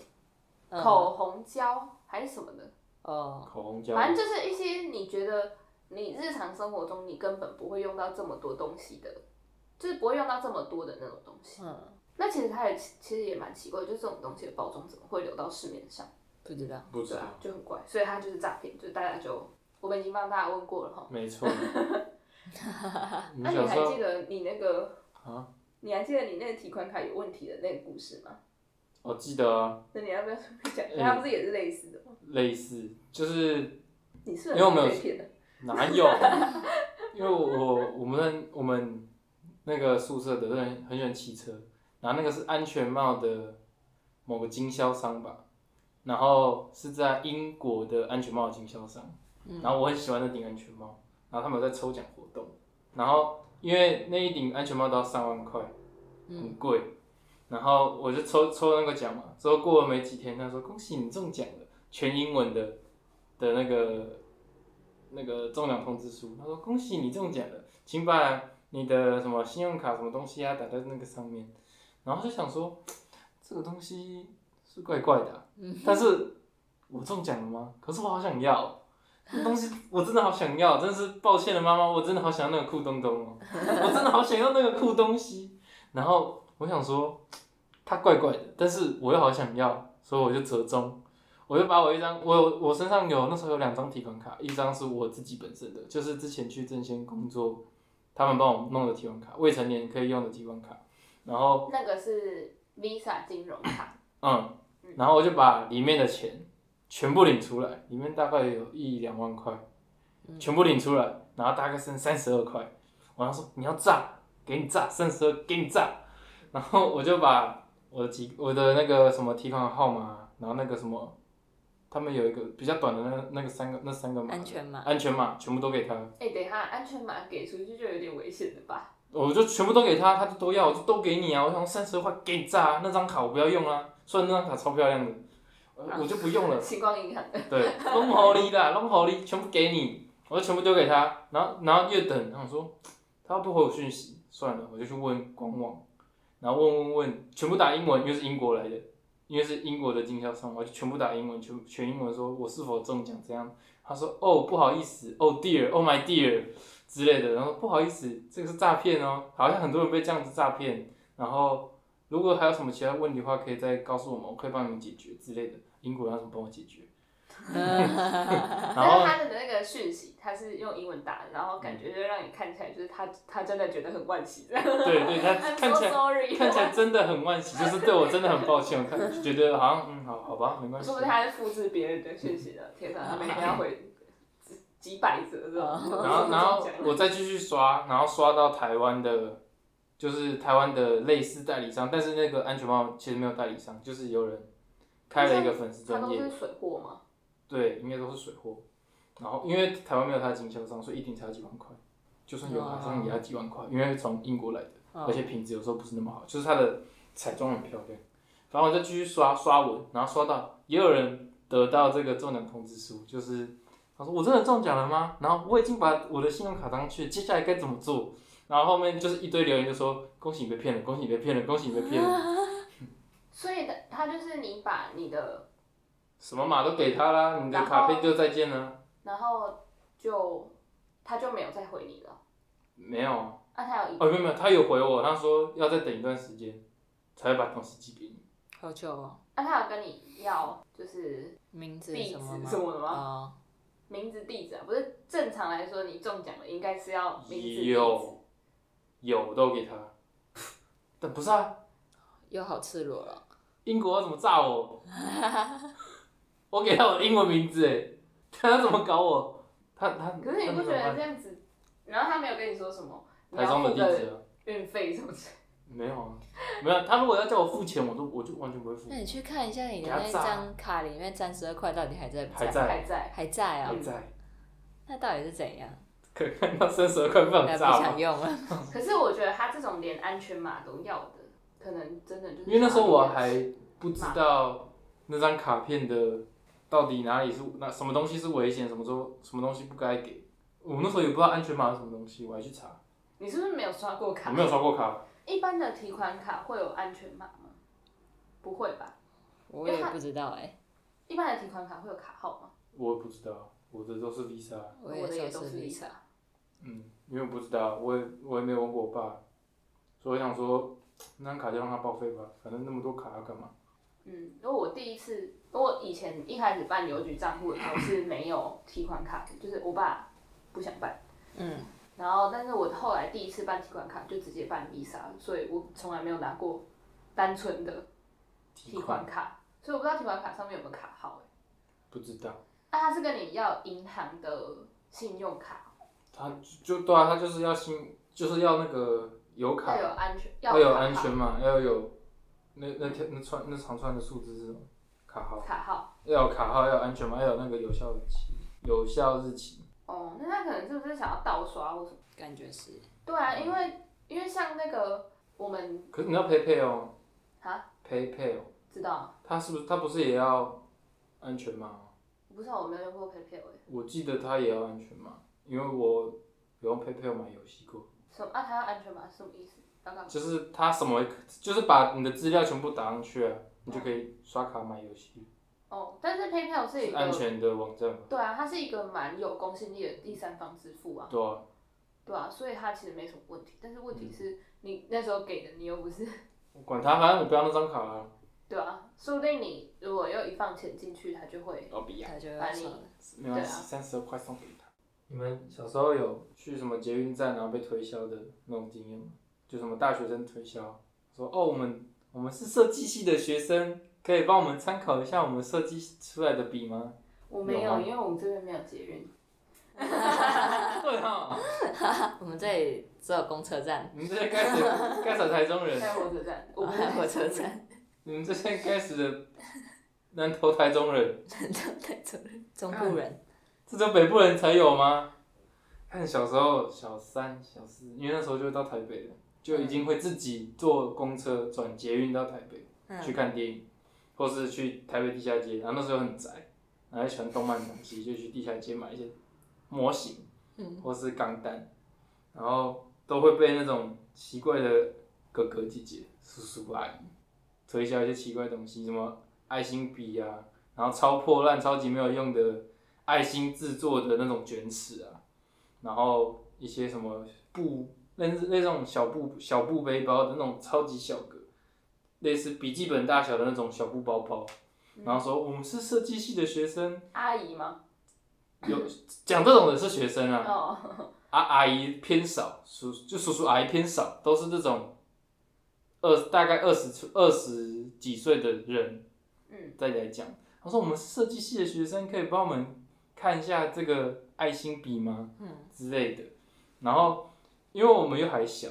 [SPEAKER 3] 嗯
[SPEAKER 2] 口红胶还是什么的。
[SPEAKER 3] 哦，
[SPEAKER 1] 口红胶，
[SPEAKER 2] 反正就是一些你觉得你日常生活中你根本不会用到这么多东西的，就是不会用到这么多的那种东西。
[SPEAKER 3] 嗯，
[SPEAKER 2] 那其实它也其实也蛮奇怪，就是这种东西的包装怎么会流到市面上？
[SPEAKER 3] 不知道，
[SPEAKER 1] 不知
[SPEAKER 2] 对
[SPEAKER 1] 道
[SPEAKER 2] 啊，，就很怪，所以它就是诈骗，就是大家就我们已经帮大家问过了哈。
[SPEAKER 1] 没 错，你
[SPEAKER 2] 那
[SPEAKER 1] 们嗯
[SPEAKER 2] 你
[SPEAKER 1] 小时
[SPEAKER 2] 还
[SPEAKER 1] 候
[SPEAKER 2] 记得你那个
[SPEAKER 1] 啊，
[SPEAKER 2] 你还记得你那个提款卡有问题的那个故事吗？
[SPEAKER 1] 我记得啊
[SPEAKER 2] 那你要不要顺便讲？
[SPEAKER 1] 嗯
[SPEAKER 2] 它不是也是类似的吗？
[SPEAKER 1] 类似就是
[SPEAKER 2] 你是不
[SPEAKER 1] 因为我
[SPEAKER 2] 是
[SPEAKER 1] 们有
[SPEAKER 2] 被骗的？
[SPEAKER 1] 哪有？ 因为我我我们我们那个宿舍的人很喜欢骑车，然后那个是安全帽的某个经销商吧，然后是在英国的安全帽经销商，然后我很喜欢那顶安全帽，然后他们有在抽奖活动，然后因为那一顶安全帽都要三万块，很贵，然后我就抽抽那个奖嘛，之后过了没几天，他说恭喜你中奖了，全英文的的那个那个中奖通知书，他说恭喜你中奖了，请把你的什么信用卡什么东西啊打在那个上面，然后就想说这个东西是怪怪的啊、但是我中奖了吗？可是我好想要哦。那东西我真的好想要，真是抱歉了妈妈，我真的好想要那个酷东东哦，我真的好想要那个酷东西。然后我想说，它怪怪的，但是我又好想要，所以我就折中，我就把我一张，我有我身上有那时候有两张提款卡，一张是我自己本身的，就是之前去正先工作，他们帮我弄的提款卡，未成年可以用的提款卡，然后
[SPEAKER 2] 那个是 Visa 金融卡，
[SPEAKER 1] 嗯
[SPEAKER 2] 嗯，
[SPEAKER 1] 然后我就把里面的钱全部领出来，里面大概有一两万块，
[SPEAKER 3] 嗯
[SPEAKER 1] 全部领出来，然后大概剩三十二块。我要说你要炸，给你炸三十二，给你炸。然后我就把我的提我的那个什么提款号码，然后那个什么，他们有一个比较短的那那个三个那三个码
[SPEAKER 3] 安全码，
[SPEAKER 1] 安全码全部都给他，
[SPEAKER 2] 哎、等一下，安全码给出去就有点危险了吧？
[SPEAKER 1] 我就全部都给他，他就都要，我就都给你啊！我想三十块给你炸、啊，那张卡我不要用啊，虽然那张卡超漂亮的，呃我就不用了。
[SPEAKER 2] 星光银行的，
[SPEAKER 1] 对，弄好你的，弄好你，全部给你，我就全部丢给他，然后然后越等，然后我说他不回我讯息，算了，我就去问官网，然后问问问，全部打英文，因为是英国来的，因为是英国的经销商嘛，我就全部打英文，全全英文说我是否中奖这样，他说哦不好意思，哦 dear，oh my dear 之类的，然后不好意思，这个是诈骗哦，好像很多人被这样子诈骗，然后。如果还有什么其他问题的话，可以再告诉我们，我可以帮你们解决之类的。英国人要怎么帮我解决？ 然
[SPEAKER 2] 但是
[SPEAKER 1] 后
[SPEAKER 2] 他的那个讯息，他是用英文打的，然后感觉就让你看起来就是他他真的觉得很惋惜这样。
[SPEAKER 1] 对对，他
[SPEAKER 2] I'm
[SPEAKER 1] 看
[SPEAKER 2] so
[SPEAKER 1] 起来
[SPEAKER 2] sorry，
[SPEAKER 1] 看起来真的很惋惜，就是对我真的很抱歉，我看就觉得好像嗯好好吧，没关系嗯
[SPEAKER 2] 说。不定他是复制别人的讯息的，天哪，他每天要回几百则这种。
[SPEAKER 1] 然后然后我再继续刷，然后刷到台湾的，就是台湾的类似代理商，但是那个安全帽其实没有代理商，就是有人开了一个粉丝
[SPEAKER 2] 他
[SPEAKER 1] 专
[SPEAKER 2] 都
[SPEAKER 1] 业，
[SPEAKER 2] 是水货吗？
[SPEAKER 1] 对，应该都是水货。然后因为台湾没有他的经销商，所以一定才要几万块，就算有
[SPEAKER 3] 哦
[SPEAKER 1] 好像也要几万块，因为从英国来的，
[SPEAKER 3] 嗯
[SPEAKER 1] 而且品质有时候不是那么好，就是它的彩妆很漂亮。反正我就继续刷刷文，然后刷到也有人得到这个中奖通知书，就是他说我真的中奖了吗？然后我已经把我的信用卡当去，接下来该怎么做？然后后面就是一堆留言就说恭喜你被骗了，恭喜你被骗了，恭喜你被骗了，
[SPEAKER 2] 所以他他就是你把你的，
[SPEAKER 1] 什么码都给他啦，你的卡片就再见了，
[SPEAKER 2] 然后就他就没有再回你了。
[SPEAKER 1] 没有啊。
[SPEAKER 2] 那、他有一
[SPEAKER 1] 哦，没有没有，他有回我，他说要再等一段时间，才会把东西寄给你。
[SPEAKER 3] 好久哦，
[SPEAKER 2] 那、啊他有跟你要就是
[SPEAKER 3] 名字
[SPEAKER 2] 地
[SPEAKER 3] 什
[SPEAKER 2] 址
[SPEAKER 3] 么吗？
[SPEAKER 2] 什么的吗？
[SPEAKER 3] 哦，
[SPEAKER 2] 名字地址啊，不是正常来说你中奖了应该是要名字地址，
[SPEAKER 1] 有，有都给他， 但不是啊，
[SPEAKER 3] 又好赤裸了。
[SPEAKER 1] 英国要怎么炸我？我给他我的英文名字哎， 他要怎么搞我？他他
[SPEAKER 2] 可是你
[SPEAKER 1] 他
[SPEAKER 2] 不
[SPEAKER 1] 怎
[SPEAKER 2] 觉
[SPEAKER 1] 么办
[SPEAKER 2] 得这样子？然后他没有跟你说什么，你
[SPEAKER 1] 台
[SPEAKER 2] 要
[SPEAKER 1] 中的
[SPEAKER 2] 付
[SPEAKER 1] 地
[SPEAKER 2] 个
[SPEAKER 1] 址啊？
[SPEAKER 2] 运费什么之类
[SPEAKER 1] 没有啊，没有。他如果要叫我付钱，我都我就完全不会付
[SPEAKER 3] 那，你去看一下你的
[SPEAKER 1] 给他
[SPEAKER 3] 那
[SPEAKER 1] 炸
[SPEAKER 3] 张卡里面三十二块到底还在不
[SPEAKER 1] 还
[SPEAKER 2] 的
[SPEAKER 3] 在？
[SPEAKER 1] 在
[SPEAKER 2] 还在。
[SPEAKER 3] 还在啊
[SPEAKER 1] 还？在。
[SPEAKER 3] 那到底是怎样？
[SPEAKER 1] 可看到三十二块不
[SPEAKER 3] 哎
[SPEAKER 1] 想
[SPEAKER 3] 不
[SPEAKER 1] 炸
[SPEAKER 3] 想
[SPEAKER 1] 我，
[SPEAKER 3] 用了。
[SPEAKER 2] 可是我觉得他这种连安全码都要的，可能真的就是
[SPEAKER 1] 因为那时候我还不知道那张卡片的到底哪里是那什么东西是危险，什么说什么东西不该给。我那时候也不知道安全码是什么东西，我还去查，
[SPEAKER 2] 你是不是没有刷过
[SPEAKER 1] 我
[SPEAKER 2] 卡？
[SPEAKER 1] 没有刷过卡，
[SPEAKER 2] 一般的提款卡会有安全码吗？不会吧？
[SPEAKER 3] 我也不知道哎，
[SPEAKER 2] 一般的提款卡会有卡号吗？
[SPEAKER 1] 我也不知道，我的都是 Visa，
[SPEAKER 3] 我
[SPEAKER 2] 的也
[SPEAKER 3] 也
[SPEAKER 2] 都
[SPEAKER 3] 是
[SPEAKER 2] 是
[SPEAKER 3] Visa。
[SPEAKER 2] Visa。
[SPEAKER 1] 嗯，因为我不知道，我也我也没有问过我爸，所以我想说那张卡就让它报废吧，反正那么多卡要干嘛？
[SPEAKER 2] 嗯，因为我第一次，我以前一开始办邮局账户的时候是没有提款卡的，就是我爸不想办。
[SPEAKER 3] 嗯，
[SPEAKER 2] 然后，但是我后来第一次办提款卡就直接办 Visa，所以我从来没有拿过单纯的提款卡，所以我不知道提款卡上面有没有卡号、欸。
[SPEAKER 1] 不知道，
[SPEAKER 2] 那他是跟你要银行的信用卡，
[SPEAKER 1] 他就就对啊，他就是要新，就是要那个有卡
[SPEAKER 2] 要，有安全，
[SPEAKER 1] 要
[SPEAKER 2] 有
[SPEAKER 1] 有
[SPEAKER 2] 卡
[SPEAKER 1] 安
[SPEAKER 2] 号
[SPEAKER 1] 全码，要有那那条那串那长串的数字是什么？卡号，
[SPEAKER 2] 卡号。
[SPEAKER 1] 要有卡号，要有安全码，要有那个有效日期，有效日期。
[SPEAKER 2] 哦，那他可能是不是想要盗刷或什么？
[SPEAKER 3] 感觉是。
[SPEAKER 2] 对啊，因为因为像那个我们
[SPEAKER 1] 可是你要 PayPal 哦
[SPEAKER 2] 啊
[SPEAKER 1] ，PayPal，
[SPEAKER 2] 知道啊，
[SPEAKER 1] 它是不是它不是也要安全码吗？
[SPEAKER 2] 我不知道啊我没有用过 PayPal 欸
[SPEAKER 1] 我记得它也要安全码，因为我有用 PayPal 买游戏过，
[SPEAKER 2] 什么啊？他要安全码是什么意思？要干嘛？
[SPEAKER 1] 就是它什么就是把你的资料全部打上去啊，你就可以刷卡买游戏，
[SPEAKER 2] 哦，但是 PayPal 是一
[SPEAKER 1] 是安
[SPEAKER 2] 个，
[SPEAKER 1] 全的网站嘛？
[SPEAKER 2] 对啊，它是一个蛮有公信力的第三方支付啊，
[SPEAKER 1] 对啊，
[SPEAKER 2] 对啊，所以它其实没什么问题。但是问题是、你那时候给的，你又不是，
[SPEAKER 1] 我管它，反正我不要那张卡啦。
[SPEAKER 2] 对啊，说不定你如果又一放钱进去，它就会，
[SPEAKER 1] 我哦不要
[SPEAKER 3] 他就
[SPEAKER 2] 把
[SPEAKER 3] 会
[SPEAKER 2] 你
[SPEAKER 3] 说，
[SPEAKER 1] 没关系，三十二块送给他。你们小时候有去什么捷运站然后被推销的那种经验吗？就什么大学生推销，说哦我们我们是设计系的学生，可以帮我们参考一下我们设计出来的笔吗？
[SPEAKER 2] 我没
[SPEAKER 1] 有
[SPEAKER 2] 有，
[SPEAKER 1] 啊
[SPEAKER 2] 因为我们这边没有捷运，
[SPEAKER 1] 对哈、
[SPEAKER 3] 我们这里只有公车站，
[SPEAKER 1] 你们这些该死的该死的台中人，
[SPEAKER 2] 在火 车站，我
[SPEAKER 3] 我
[SPEAKER 2] 不是
[SPEAKER 3] 们在 火车，站，
[SPEAKER 1] 你们这些该死的南投台中人，
[SPEAKER 3] 在中中部人。
[SPEAKER 1] 这种北部人才有吗？看小时候小三、小四，因为那时候就到台北了，就已经会自己坐公车转捷运到台北、嗯
[SPEAKER 3] 嗯
[SPEAKER 1] 去看电影，或是去台北地下街。然后那时候很宅，然后喜欢动漫东西，就去地下街买一些模型，
[SPEAKER 3] 嗯
[SPEAKER 1] 或是钢弹，然后都会被那种奇怪的哥哥姐姐、叔叔阿姨推销一些奇怪的东西，什么爱心笔啊，然后超破烂、超级没有用的爱心制作的那种卷尺啊。然后一些什么布，类似那种小布小布背包的那种超级小格，类似笔记本大小的那种小布包包，然后说我们是设计系的学生，
[SPEAKER 2] 阿姨吗？
[SPEAKER 1] 有讲这种的是学生啊，
[SPEAKER 2] 哦，
[SPEAKER 1] 阿阿姨偏少，叔就叔叔阿姨偏少，都是这种二大概二十出二十几岁的人
[SPEAKER 2] 嗯，
[SPEAKER 1] 再来讲。他说我们是设计系的学生，可以帮我们看一下这个爱心笔吗？
[SPEAKER 3] 嗯，
[SPEAKER 1] 之类的。然后因为我们又还小，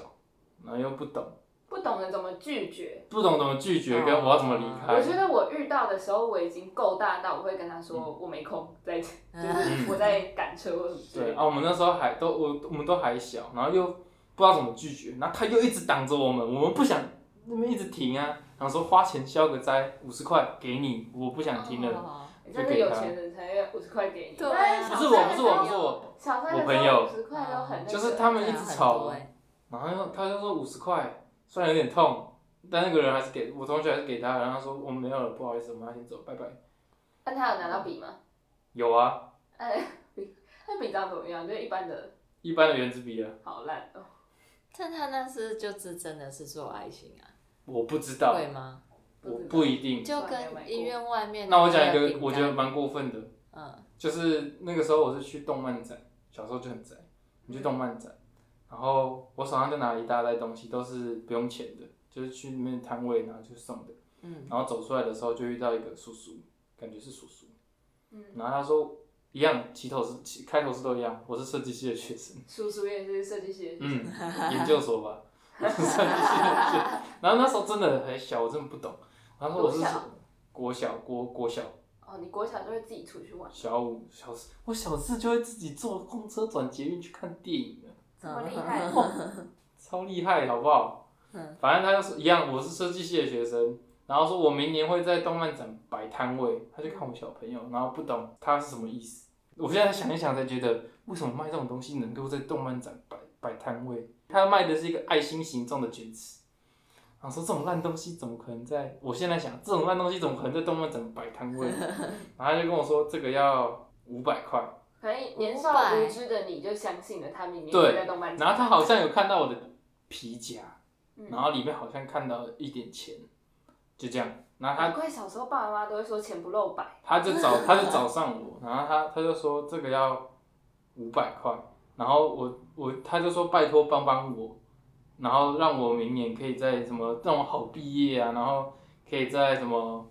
[SPEAKER 1] 然后又不懂，
[SPEAKER 2] 不懂得怎么拒绝。
[SPEAKER 1] 不懂怎么拒绝，
[SPEAKER 3] 哦
[SPEAKER 1] 跟我要怎么离
[SPEAKER 2] 我觉
[SPEAKER 1] 开。
[SPEAKER 2] 得我遇到的时候，我已经够大到我会跟他说我没空，再 见，就是
[SPEAKER 1] 嗯
[SPEAKER 2] 我在赶车或什么之类
[SPEAKER 1] 对
[SPEAKER 2] 的。
[SPEAKER 1] 啊，我们那时候还都我我们都还小，然后又不知道怎么拒绝，然后他又一直挡着我们，我们不想那边一直停啊，然后说花钱消个灾，五十块给你，我不想听了。
[SPEAKER 3] 了。
[SPEAKER 2] 你真的有钱人才会五十块给你。
[SPEAKER 3] 对啊
[SPEAKER 2] 但
[SPEAKER 1] 不
[SPEAKER 2] 小
[SPEAKER 1] 是
[SPEAKER 2] 三
[SPEAKER 1] 我，
[SPEAKER 2] 的
[SPEAKER 1] 不
[SPEAKER 2] 时
[SPEAKER 1] 是
[SPEAKER 2] 候
[SPEAKER 1] 我，不是我，
[SPEAKER 2] 小三
[SPEAKER 1] 我
[SPEAKER 2] 的
[SPEAKER 1] 朋
[SPEAKER 2] 时候
[SPEAKER 1] 友
[SPEAKER 2] 五十块都很那个，
[SPEAKER 1] 就是他们一直吵哦
[SPEAKER 3] 对啊很多欸
[SPEAKER 1] 然后又他就说五十块，虽然有点痛，但那个人还是给我同学还是给他，然后他说我们没有了，不好意思，我们要先走，拜拜。
[SPEAKER 2] 那他有拿到笔吗？
[SPEAKER 1] 有啊，
[SPEAKER 2] 哎，笔，那笔长怎么样？就是一般的，
[SPEAKER 1] 一般的原子笔啊，
[SPEAKER 2] 好烂哦。
[SPEAKER 3] 但他那是就是真的是做爱心啊，
[SPEAKER 1] 我不知道，
[SPEAKER 3] 会吗？
[SPEAKER 1] 我不一定。
[SPEAKER 3] 就
[SPEAKER 2] 从来没买
[SPEAKER 3] 跟
[SPEAKER 2] 过
[SPEAKER 3] 医院外面
[SPEAKER 1] 那我讲一
[SPEAKER 3] 那
[SPEAKER 1] 个
[SPEAKER 3] 饼，干
[SPEAKER 1] 我觉得蛮过分的，
[SPEAKER 3] 嗯
[SPEAKER 1] 就是那个时候我是去动漫展，小时候就很宅，我去动漫展，然后我手上就拿了一大袋东西，都是不用钱的，就是去那边摊位然后就送的，
[SPEAKER 3] 嗯
[SPEAKER 1] 然后走出来的时候就遇到一个叔叔，感觉是叔叔，
[SPEAKER 2] 嗯，
[SPEAKER 1] 然后他说一样，起头是起开头是都一样，我是设计系的学生，
[SPEAKER 2] 叔叔也是设计系的，
[SPEAKER 1] 嗯，研究所吧， 我是设计系的学生，然后那时候真的很小，我真的不懂，然后说我是
[SPEAKER 2] 多小
[SPEAKER 1] 国小国国小。
[SPEAKER 2] 哦，你国小就会自己出去玩，
[SPEAKER 1] 小五、小四，我小四就会自己坐公车转捷运去看电影了，
[SPEAKER 2] 这么厉害，
[SPEAKER 1] 超厉害，好不好？
[SPEAKER 3] 嗯
[SPEAKER 1] 反正他就是一样，我是设计系的学生，然后说我明年会在动漫展摆摊位，他就看我小朋友，然后不懂他是什么意思。我现在想一想才觉得，为什么卖这种东西能够在动漫展摆摆摊位？他卖的是一个爱心形状的卷尺。然后说这种烂东西怎么可能在？我现在想这种烂东西怎么可能在动漫展摆摊位？然后他就跟我说这个要五百块，
[SPEAKER 2] 可能年少无知的你就相信了他明年会在动漫
[SPEAKER 1] 然后他好像有看到我的皮夹，
[SPEAKER 2] 嗯
[SPEAKER 1] 然后里面好像看到一点钱，就这样。然后
[SPEAKER 2] 难
[SPEAKER 1] 他
[SPEAKER 2] 怪小时候爸爸妈妈都会说钱不露白，
[SPEAKER 1] 他就找他就找上我，然后他他就说这个要五百块，然后我我他就说拜托帮帮我，然后让我明年可以在什么让我好毕业啊，然后可以在什么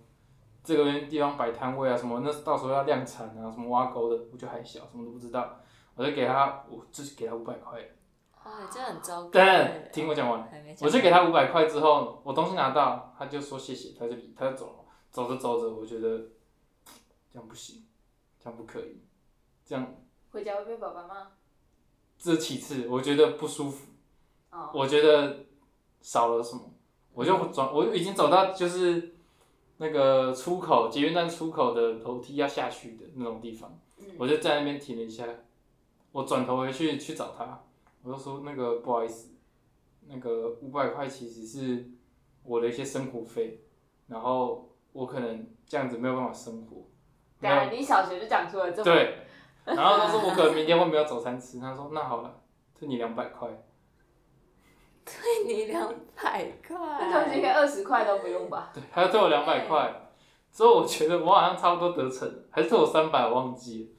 [SPEAKER 1] 这个地方摆摊位啊什么，那到时候要量产啊什么挖沟的，我就还小，什么都不知道，我就给他我就是给他五百块，
[SPEAKER 3] 哦，这很糟糕
[SPEAKER 1] 等
[SPEAKER 3] 欸。
[SPEAKER 1] 等听我讲完。
[SPEAKER 3] 还没讲
[SPEAKER 1] 我就给他五百块之后，我东西拿到，他就说谢谢，他就离，他就走了。走着走着，我觉得这样不行，这样不可以，这样
[SPEAKER 2] 回家会被爸爸骂。
[SPEAKER 1] 这其次，我觉得不舒服，
[SPEAKER 2] 哦，
[SPEAKER 1] 我觉得少了什么，我就转，我已经走到就是那个出口捷运站出口的楼梯要下去的那种地方，
[SPEAKER 2] 嗯
[SPEAKER 1] 我就在那边停了一下，我转头回去去找他，我就说那个不好意思，那个五百块其实是我的一些生活费，然后我可能这样子没有办法生活，没
[SPEAKER 2] 当然，
[SPEAKER 1] 有
[SPEAKER 2] 你小学就讲出了这么，
[SPEAKER 1] 对，然后他说我可能明天会没有早餐吃，他说那好了，这你两百块，
[SPEAKER 3] 对你两百块，
[SPEAKER 2] 那东西应该二十块都不用吧？
[SPEAKER 1] 对，他就退我两百块，之后我觉得我好像差不多得逞了，还是退我三百，我忘记了，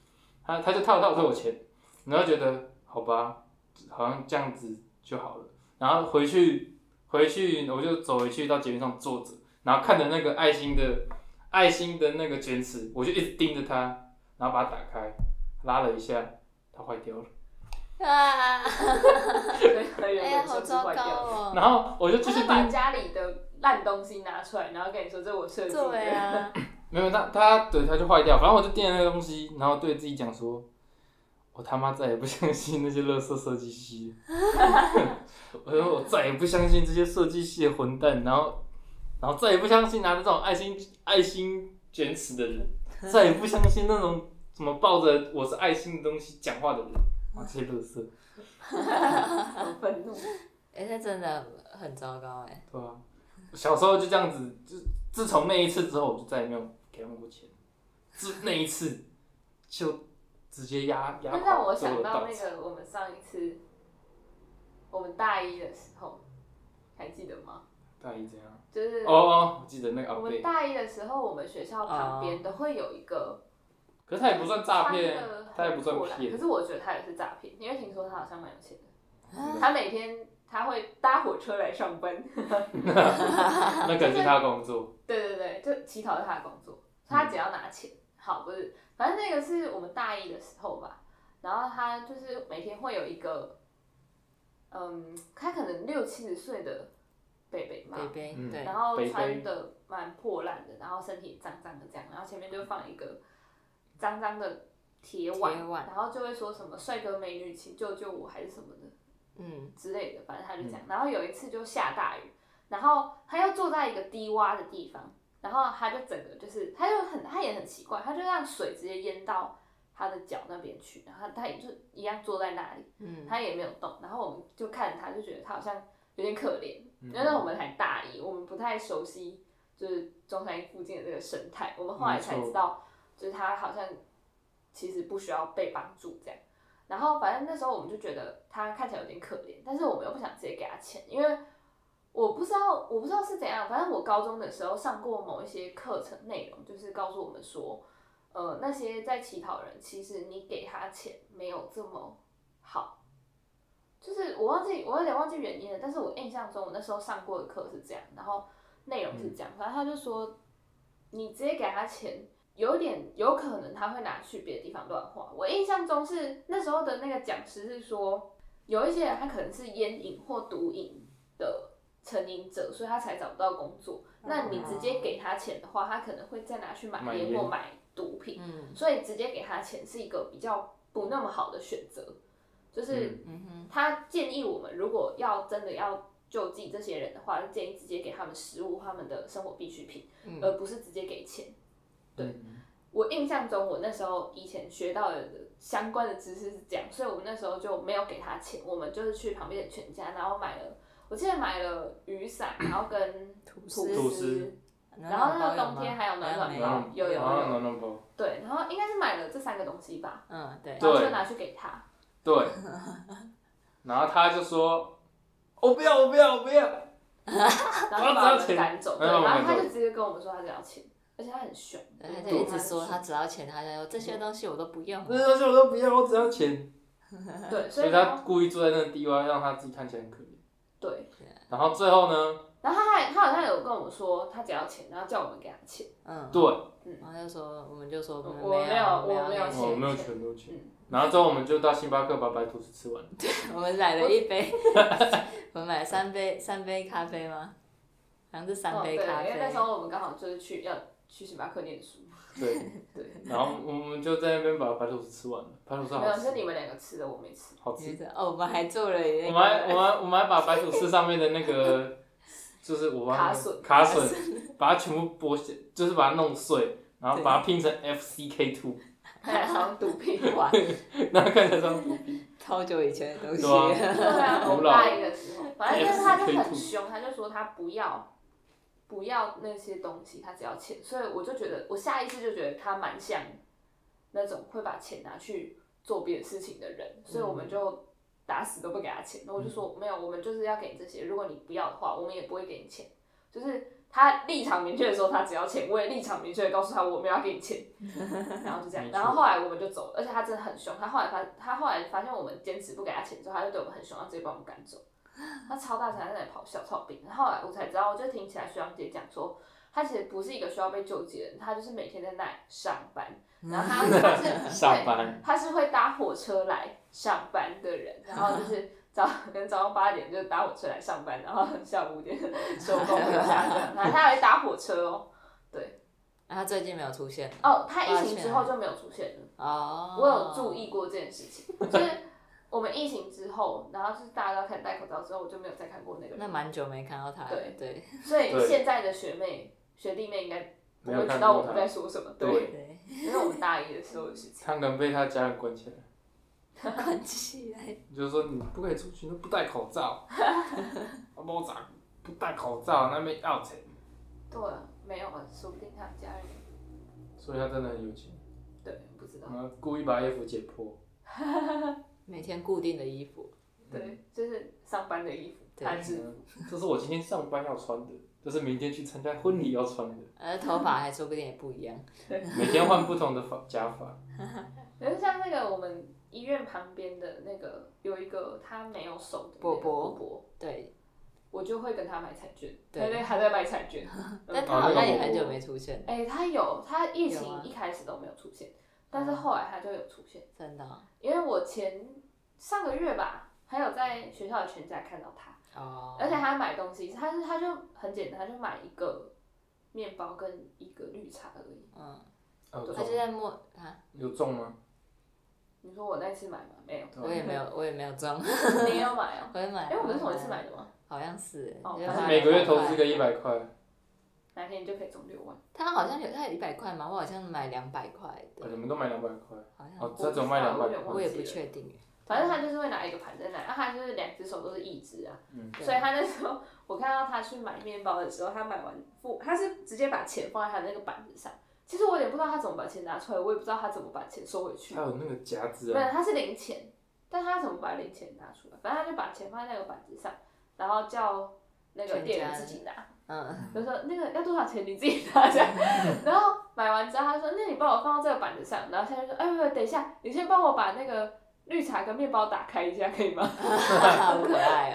[SPEAKER 1] 他他就套套退我钱，然后觉得好吧，好像这样子就好了，然后回去回去我就走回去到捷运上坐着，然后看着那个爱心的爱心的那个卷尺，我就一直盯着它，然后把它打开，拉了一下，它坏掉了，
[SPEAKER 3] 啊，
[SPEAKER 2] 对，
[SPEAKER 3] 哎
[SPEAKER 2] 原
[SPEAKER 3] 呀，
[SPEAKER 2] 本就
[SPEAKER 3] 好
[SPEAKER 2] 是
[SPEAKER 3] 糟
[SPEAKER 2] 坏
[SPEAKER 3] 糕
[SPEAKER 2] 掉。
[SPEAKER 3] 哦。
[SPEAKER 1] 然后我就继
[SPEAKER 2] 他
[SPEAKER 1] 续盯
[SPEAKER 2] 是把家里的烂东西拿出来，然后跟你说这是我设计的。
[SPEAKER 3] 对啊，
[SPEAKER 1] 没有，那它对它就坏掉，反正我就垫了那个东西，然后对自己讲说，我他妈再也不相信那些垃圾设计系。 我说我再也不相信这些设计系的混蛋，然后，然后再也不相信拿着这种爱心爱心卷尺的人，再也不相信那种怎么抱着我是爱心的东西讲话的人，啊，这些垃圾，
[SPEAKER 2] 很愤怒。
[SPEAKER 3] 哎、那真的很糟糕哎、
[SPEAKER 1] 对啊，小时候就这样子，就自从那一次之后，我就再也没有给他们过钱，自那一次就直接压压
[SPEAKER 2] 那
[SPEAKER 1] 垮
[SPEAKER 2] 让我
[SPEAKER 1] 所有
[SPEAKER 2] 想
[SPEAKER 1] 的
[SPEAKER 2] 到
[SPEAKER 1] 稻
[SPEAKER 2] 那
[SPEAKER 1] 草
[SPEAKER 2] 个我们上一次，我们大一的时候，还记得吗？
[SPEAKER 1] 大姨怎样？
[SPEAKER 2] 就是
[SPEAKER 1] 哦哦，我记得那个
[SPEAKER 2] 我
[SPEAKER 1] 哦
[SPEAKER 2] 们
[SPEAKER 1] 对，
[SPEAKER 2] 大一的时候，我们学校旁
[SPEAKER 3] 哦
[SPEAKER 2] 边都会有一个
[SPEAKER 1] 可是他也不算诈骗
[SPEAKER 2] 穿得，
[SPEAKER 1] 他也
[SPEAKER 2] 很
[SPEAKER 1] 不算
[SPEAKER 2] 破烂可
[SPEAKER 1] 骗，
[SPEAKER 2] 是我觉得他也是诈骗，因为听说他好像蛮有钱的。
[SPEAKER 1] 真的
[SPEAKER 2] 他每天他会搭火车来 上班，
[SPEAKER 1] 那可能是他的工作。
[SPEAKER 2] 对对对，就乞讨是他的工作，他只要拿钱。好，不是，反正那个是我们大一的时候吧，然后他就是每天会有一个，嗯，他可能六七十岁的北北嘛，
[SPEAKER 3] 北北、
[SPEAKER 1] 嗯
[SPEAKER 3] 对
[SPEAKER 2] 然，后
[SPEAKER 1] 北
[SPEAKER 2] 穿
[SPEAKER 1] 非
[SPEAKER 2] 的蛮破烂的，然后身体也脏脏的这样，然后前面就放一个脏脏的铁碗，
[SPEAKER 3] 铁碗
[SPEAKER 2] 然后就会说什么帅哥美女请救救我还是什么的
[SPEAKER 3] 嗯，
[SPEAKER 2] 之类的，反正他就这样。然后有一次就下大雨，然后他又坐在一个低洼的地方，然后他就整个就是他就很他也很奇怪，他就让水直接淹到他的脚那边去，然后他他也就一样坐在那里，
[SPEAKER 3] 嗯，
[SPEAKER 2] 他也没有动，然后我们就看着他，就觉得他好像有点可怜，
[SPEAKER 1] 嗯
[SPEAKER 2] 因为那我们才大一，我们不太熟悉就是中山一附近的这个生态，我们后来才
[SPEAKER 1] 没错
[SPEAKER 2] 知道，就是他好像其实不需要被帮助这样。然后反正那时候我们就觉得他看起来有点可怜，但是我们又不想直接给他钱，因为我不知道我不知道是怎样，反正我高中的时候上过某一些课程内容，就是告诉我们说，呃，那些在乞讨人，其实你给他钱没有这么好，就是我忘记我有点忘记原因了，但是我印象中我那时候上过的课是这样，然后内容是这样，反正他就说，你直接给他钱，有点有可能他会拿去别的地方乱花。我印象中是那时候的那个讲师是说，有一些人他可能是烟瘾或毒瘾的成瘾者，所以他才找不到工作。那你直接给他钱的话，他可能会再拿去买
[SPEAKER 1] 买
[SPEAKER 2] 烟
[SPEAKER 1] 烟
[SPEAKER 2] 或买毒品。
[SPEAKER 3] 嗯
[SPEAKER 2] 所以直接给他钱是一个比较不那么好的选择。就是
[SPEAKER 1] 嗯
[SPEAKER 3] 嗯哼，
[SPEAKER 2] 他建议我们，如果要真的要救济这些人的话，建议直接给他们食物、他们的生活必需品，
[SPEAKER 3] 嗯
[SPEAKER 2] 而不是直接给钱。对
[SPEAKER 1] 嗯
[SPEAKER 2] 我印象中，我那时候以前学到的相关的知识是这样，所以我们那时候就没有给他钱，我们就是去旁边的全家，然后买了，我记得买了雨伞，然后跟
[SPEAKER 3] 吐
[SPEAKER 2] 吐
[SPEAKER 3] 司
[SPEAKER 1] 吐司
[SPEAKER 2] 然后那个
[SPEAKER 3] 暖暖包有
[SPEAKER 2] 冬
[SPEAKER 3] 吗
[SPEAKER 2] 天还有暖暖
[SPEAKER 1] 然
[SPEAKER 2] 包
[SPEAKER 1] 后，
[SPEAKER 2] 有有
[SPEAKER 1] 然后
[SPEAKER 2] 有，
[SPEAKER 1] 暖暖包，
[SPEAKER 2] 对，然后应该是买了这三个东西吧，
[SPEAKER 3] 嗯，对，
[SPEAKER 2] 然后
[SPEAKER 1] 对
[SPEAKER 2] 就拿去给他。
[SPEAKER 1] 对，然后他就说，哦我不要，我不要，我不要，
[SPEAKER 2] 嗯
[SPEAKER 1] 哦
[SPEAKER 2] 然后就把我们赶走，对，
[SPEAKER 1] 然后
[SPEAKER 2] 然
[SPEAKER 1] 把我们赶走
[SPEAKER 2] 后他就直接跟我们说他只要钱，而且他很凶，
[SPEAKER 3] 对他
[SPEAKER 2] 对
[SPEAKER 3] 就一直说
[SPEAKER 2] 很
[SPEAKER 3] 他只要钱，他就说这些东西我都不用。
[SPEAKER 2] 嗯
[SPEAKER 1] 那东西我都不要，我只要钱。
[SPEAKER 2] 凶对，所
[SPEAKER 1] 所
[SPEAKER 2] 以
[SPEAKER 1] 以
[SPEAKER 2] 然
[SPEAKER 1] 他
[SPEAKER 2] 后
[SPEAKER 1] 故意坐在那个地方，让他自己看起来很可怜。
[SPEAKER 2] 对，
[SPEAKER 1] 然后最后呢，
[SPEAKER 2] 然后他还他好像有跟我们说他只要钱，然后叫我们给他钱，
[SPEAKER 3] 嗯，
[SPEAKER 1] 对，
[SPEAKER 3] 然后就说我们就说
[SPEAKER 2] 我
[SPEAKER 3] 们
[SPEAKER 2] 我没有
[SPEAKER 3] 有，啊
[SPEAKER 2] 我没有
[SPEAKER 3] 钱
[SPEAKER 2] 钱
[SPEAKER 1] 哦我没有全都钱
[SPEAKER 2] 嗯。
[SPEAKER 1] 然后之后我们就到星巴克把白吐司吃完。
[SPEAKER 3] 我们买了一杯， 我们买了三杯三杯咖啡吗？好像是三
[SPEAKER 2] 哦对，
[SPEAKER 3] 杯咖
[SPEAKER 2] 因为那时
[SPEAKER 3] 啡。
[SPEAKER 2] 候我们刚好就是去要去星巴克念书，
[SPEAKER 1] 对，
[SPEAKER 2] 对，
[SPEAKER 1] 然后我们就在那边把白吐司吃完了，白吐司
[SPEAKER 2] 没
[SPEAKER 1] 好
[SPEAKER 2] 有是
[SPEAKER 1] 吃，
[SPEAKER 2] 你们两个吃的，我没吃，
[SPEAKER 1] 好
[SPEAKER 3] 其
[SPEAKER 1] 吃。
[SPEAKER 3] 实哦，我们还做了
[SPEAKER 1] 我
[SPEAKER 3] 那个。
[SPEAKER 1] 们还我们还我们还把白吐司上面的那个， 就是我把
[SPEAKER 2] 卡榫
[SPEAKER 1] 卡榫，把它全部剥下，就是把它弄碎，然后把它拼成 F C K two，
[SPEAKER 2] 看起来好像毒品
[SPEAKER 3] 哇，
[SPEAKER 1] 那看起来像毒品。
[SPEAKER 3] 超久以前的东西。
[SPEAKER 1] 对
[SPEAKER 2] 对啊，我
[SPEAKER 1] 古老
[SPEAKER 2] 大一的时候，反正但是他就很凶，他就说他不要不要那些东西，他只要钱，所以我就觉得我下意识就觉得他蛮像那种会把钱拿去做别的事情的人，所以我们就打死都不给他钱。
[SPEAKER 1] 嗯
[SPEAKER 2] 然后我就说没有，我们就是要给你这些，如果你不要的话，我们也不会给你钱。就是他立场明确的说他只要钱，我也立场明确的告诉他我没有要给你 钱，然后就这样，
[SPEAKER 1] 没错
[SPEAKER 2] 然后后来我们就走了，而且他真的很凶，他后来发他后来发现我们坚持不给他钱之后，他就对我们很凶，他直接把我们 赶走，他超大声在那里咆哮，超有病。然后后来我才知道，我就听起来学长姐讲说。他其实不是一个需要被救济的人，他就是每天在那里上班，然后 他他是会
[SPEAKER 1] 上班，
[SPEAKER 2] 他是会搭火车来上班的人，然后就是早可能早上八点就搭火车来上班，然后下午五点收工回家这样，然后他还会搭火车哦，对，
[SPEAKER 3] 啊他最近没有出现
[SPEAKER 2] 哦，他疫情之后就没有出现了。
[SPEAKER 3] 哦，
[SPEAKER 2] 我有注意过这件事情，就是我们疫情之后，然后就是大家都开始戴口罩之后，我就没有再看过那个
[SPEAKER 3] 那
[SPEAKER 2] 人。
[SPEAKER 3] 蛮久没看到他了，对
[SPEAKER 2] 所以
[SPEAKER 1] 对
[SPEAKER 2] 现在的学妹、学弟妹应该不
[SPEAKER 1] 没有
[SPEAKER 2] 会
[SPEAKER 1] 看
[SPEAKER 2] 知道我
[SPEAKER 1] 过
[SPEAKER 2] 们
[SPEAKER 1] 他
[SPEAKER 2] 在，说什么，
[SPEAKER 1] 对
[SPEAKER 2] 对，
[SPEAKER 3] 对，
[SPEAKER 2] 因为我们大一的时候的事情。
[SPEAKER 1] 他能被他家人关起来，
[SPEAKER 3] 关起来，
[SPEAKER 1] 就是说你不可以出去，都不戴口罩， 啊，我咋不戴口罩那边要钱，
[SPEAKER 2] 对啊，没有啊，说不定他家人
[SPEAKER 1] 所以他真的很有钱，
[SPEAKER 2] 对不知道
[SPEAKER 1] 然。后故意把衣服解剖，
[SPEAKER 3] 每天固定的衣服，
[SPEAKER 2] 对，就是上班的衣服，
[SPEAKER 3] 嗯对
[SPEAKER 2] 他制服。
[SPEAKER 1] 这是我今天上班要穿的，这是明天去参加婚礼要穿的，
[SPEAKER 3] 而呃头发还说不定也不一样，
[SPEAKER 1] 每天换不同的发假发，
[SPEAKER 2] 可是像那个我们医院旁边的那个有一个他没有手的那个
[SPEAKER 3] 伯伯
[SPEAKER 2] 伯伯，
[SPEAKER 3] 对，
[SPEAKER 2] 我就会跟他买彩券，
[SPEAKER 3] 对
[SPEAKER 2] 对对，还在买彩 券。
[SPEAKER 3] 但
[SPEAKER 1] 呃
[SPEAKER 2] 嗯
[SPEAKER 1] 啊
[SPEAKER 3] 他好像也很久没出现，
[SPEAKER 2] 哎、他有，他疫
[SPEAKER 3] 有吗
[SPEAKER 2] 情一开始都没有出啊现，但是后来他就有出现，
[SPEAKER 3] 真的哦
[SPEAKER 2] 因为我前上个月吧，还有在学校的全家看到他，
[SPEAKER 3] 哦，
[SPEAKER 2] 而且他买东西，他是他就很简单，他就买一个面包跟一个绿茶而已。
[SPEAKER 3] 嗯，
[SPEAKER 1] 啊有
[SPEAKER 3] 他
[SPEAKER 1] 中
[SPEAKER 3] 就在摸啊，
[SPEAKER 1] 有中吗？
[SPEAKER 2] 你说我那次买吗？没有，
[SPEAKER 3] 我也没有，我也没有中，
[SPEAKER 2] 你也有买哦、
[SPEAKER 3] 我也买，
[SPEAKER 2] 哎、我们是同一次买的吗？
[SPEAKER 3] 好像是，
[SPEAKER 2] 哦
[SPEAKER 3] 就是
[SPEAKER 2] 反
[SPEAKER 3] 花
[SPEAKER 2] 正
[SPEAKER 1] 每个月
[SPEAKER 3] 两百
[SPEAKER 1] 投
[SPEAKER 3] 块
[SPEAKER 1] 资个一百块，
[SPEAKER 2] 哪天你就可以中六万？
[SPEAKER 3] 他好像有，他有一百块嘛，我好像买两百块
[SPEAKER 1] 哦
[SPEAKER 3] 的，
[SPEAKER 1] 你们都买两百块，
[SPEAKER 3] 好像
[SPEAKER 1] 哦，他只有卖两百
[SPEAKER 3] 嗯我
[SPEAKER 1] 块，
[SPEAKER 3] 也不确定，
[SPEAKER 2] 反正他就是会拿一个盘在那，啊，他就是两只手都是义肢啊，
[SPEAKER 1] 嗯，
[SPEAKER 3] 对
[SPEAKER 2] 所以他那时候我看到他去买面包的时候，他买完付，他是直接把钱放在他的那个板子上。其实我有点不知道他怎么把钱拿出来，我也不知道他怎么把钱收回去
[SPEAKER 1] 还。有那个夹子
[SPEAKER 2] 没
[SPEAKER 1] 啊，
[SPEAKER 2] 有，他是零钱，但他怎么把零钱拿出来？反正他就把钱放在那个板子上，然后叫那个
[SPEAKER 3] 全
[SPEAKER 2] 店员
[SPEAKER 3] 家
[SPEAKER 2] 自己拿，
[SPEAKER 3] 嗯，
[SPEAKER 2] 就说那个要多少钱你自己拿下。
[SPEAKER 1] 嗯
[SPEAKER 2] 然后买完之后，他说：“那你帮我放到这个板子上。”然后他就说：“哎，不不，等一下，你先帮我把那个绿茶跟面包打开一下，可 以吗
[SPEAKER 3] 好可爱？”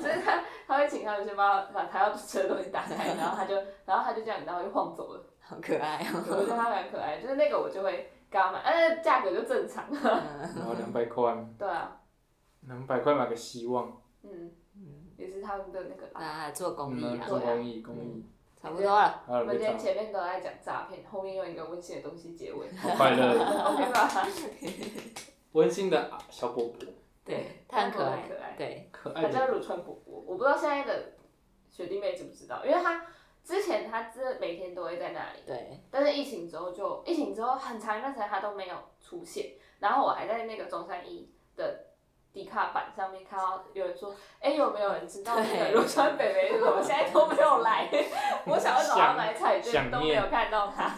[SPEAKER 2] 所以他他会请他们先帮他把他要吃的东西打开，然后他就然后他就这样，然后就晃走了。
[SPEAKER 3] 好可爱
[SPEAKER 2] 我
[SPEAKER 3] 哦，
[SPEAKER 2] 觉得他蛮可爱，就是那个我就会跟他买，呃，价格就正常。
[SPEAKER 3] 哦
[SPEAKER 1] 然后两百块，
[SPEAKER 2] 对啊，
[SPEAKER 1] 两百块买个希望，
[SPEAKER 2] 嗯，
[SPEAKER 3] 嗯，
[SPEAKER 2] 也是他们的那个啦。
[SPEAKER 3] 大家还做公益
[SPEAKER 1] 嗯
[SPEAKER 3] 啊，
[SPEAKER 1] 做公益公益，
[SPEAKER 3] 差不多了，
[SPEAKER 1] 还有
[SPEAKER 2] 我们
[SPEAKER 1] 人
[SPEAKER 2] 今
[SPEAKER 1] 被
[SPEAKER 2] 天
[SPEAKER 1] 查，
[SPEAKER 2] 前面都在讲诈骗，后面用一个温馨的东西结尾
[SPEAKER 1] 好快 乐，
[SPEAKER 2] ，OK 吧？
[SPEAKER 1] 温馨的啊小伯伯，
[SPEAKER 3] 对，他很可爱，
[SPEAKER 2] 可爱。
[SPEAKER 3] 对，
[SPEAKER 1] 可爱
[SPEAKER 2] 他
[SPEAKER 1] 的
[SPEAKER 2] 叫乳川伯伯，我不知道现在的学弟妹知不知道，因为他之前他这每天都会在那里，
[SPEAKER 3] 对，
[SPEAKER 2] 但是疫情之后就疫情之后很长一段时间他都没有出现，然后我还在那个中山一的。迪卡版上面看到有人说，哎、有没有人知道那个
[SPEAKER 3] 对
[SPEAKER 2] 乳川北北是什么？现在都没有来，我想要找他买彩券
[SPEAKER 1] 想
[SPEAKER 2] 都没有看到他。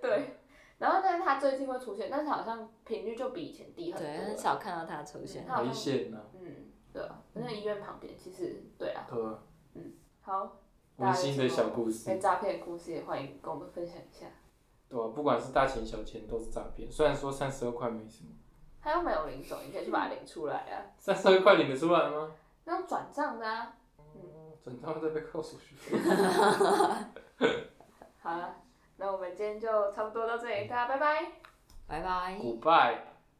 [SPEAKER 2] 对，然后但是他最近会出现，但是好像频率就比以前低很多
[SPEAKER 3] 对，
[SPEAKER 2] 了。
[SPEAKER 3] 很少看到他出现，
[SPEAKER 2] 好
[SPEAKER 1] 危险呐，
[SPEAKER 2] 嗯，对啊，那医院旁边其实对啊，
[SPEAKER 1] 对啊，
[SPEAKER 2] 好，大
[SPEAKER 1] 温
[SPEAKER 2] 家有
[SPEAKER 1] 馨的
[SPEAKER 2] 什
[SPEAKER 1] 小
[SPEAKER 2] 么
[SPEAKER 1] 故事
[SPEAKER 2] 被，诈骗的故事也欢迎跟我们分享一下。
[SPEAKER 1] 对吧？不管是大钱小钱都是诈骗，虽然说三十二块没什么，
[SPEAKER 2] 他又没有领走，你可以去把它领出来啊，
[SPEAKER 1] 三十二块领得出来吗？
[SPEAKER 2] 那种转账的啊。
[SPEAKER 1] 整张在被扣手续费，
[SPEAKER 2] 好了，那我们今天就差不多到这里，大家拜拜。
[SPEAKER 3] 拜拜。
[SPEAKER 1] 古拜。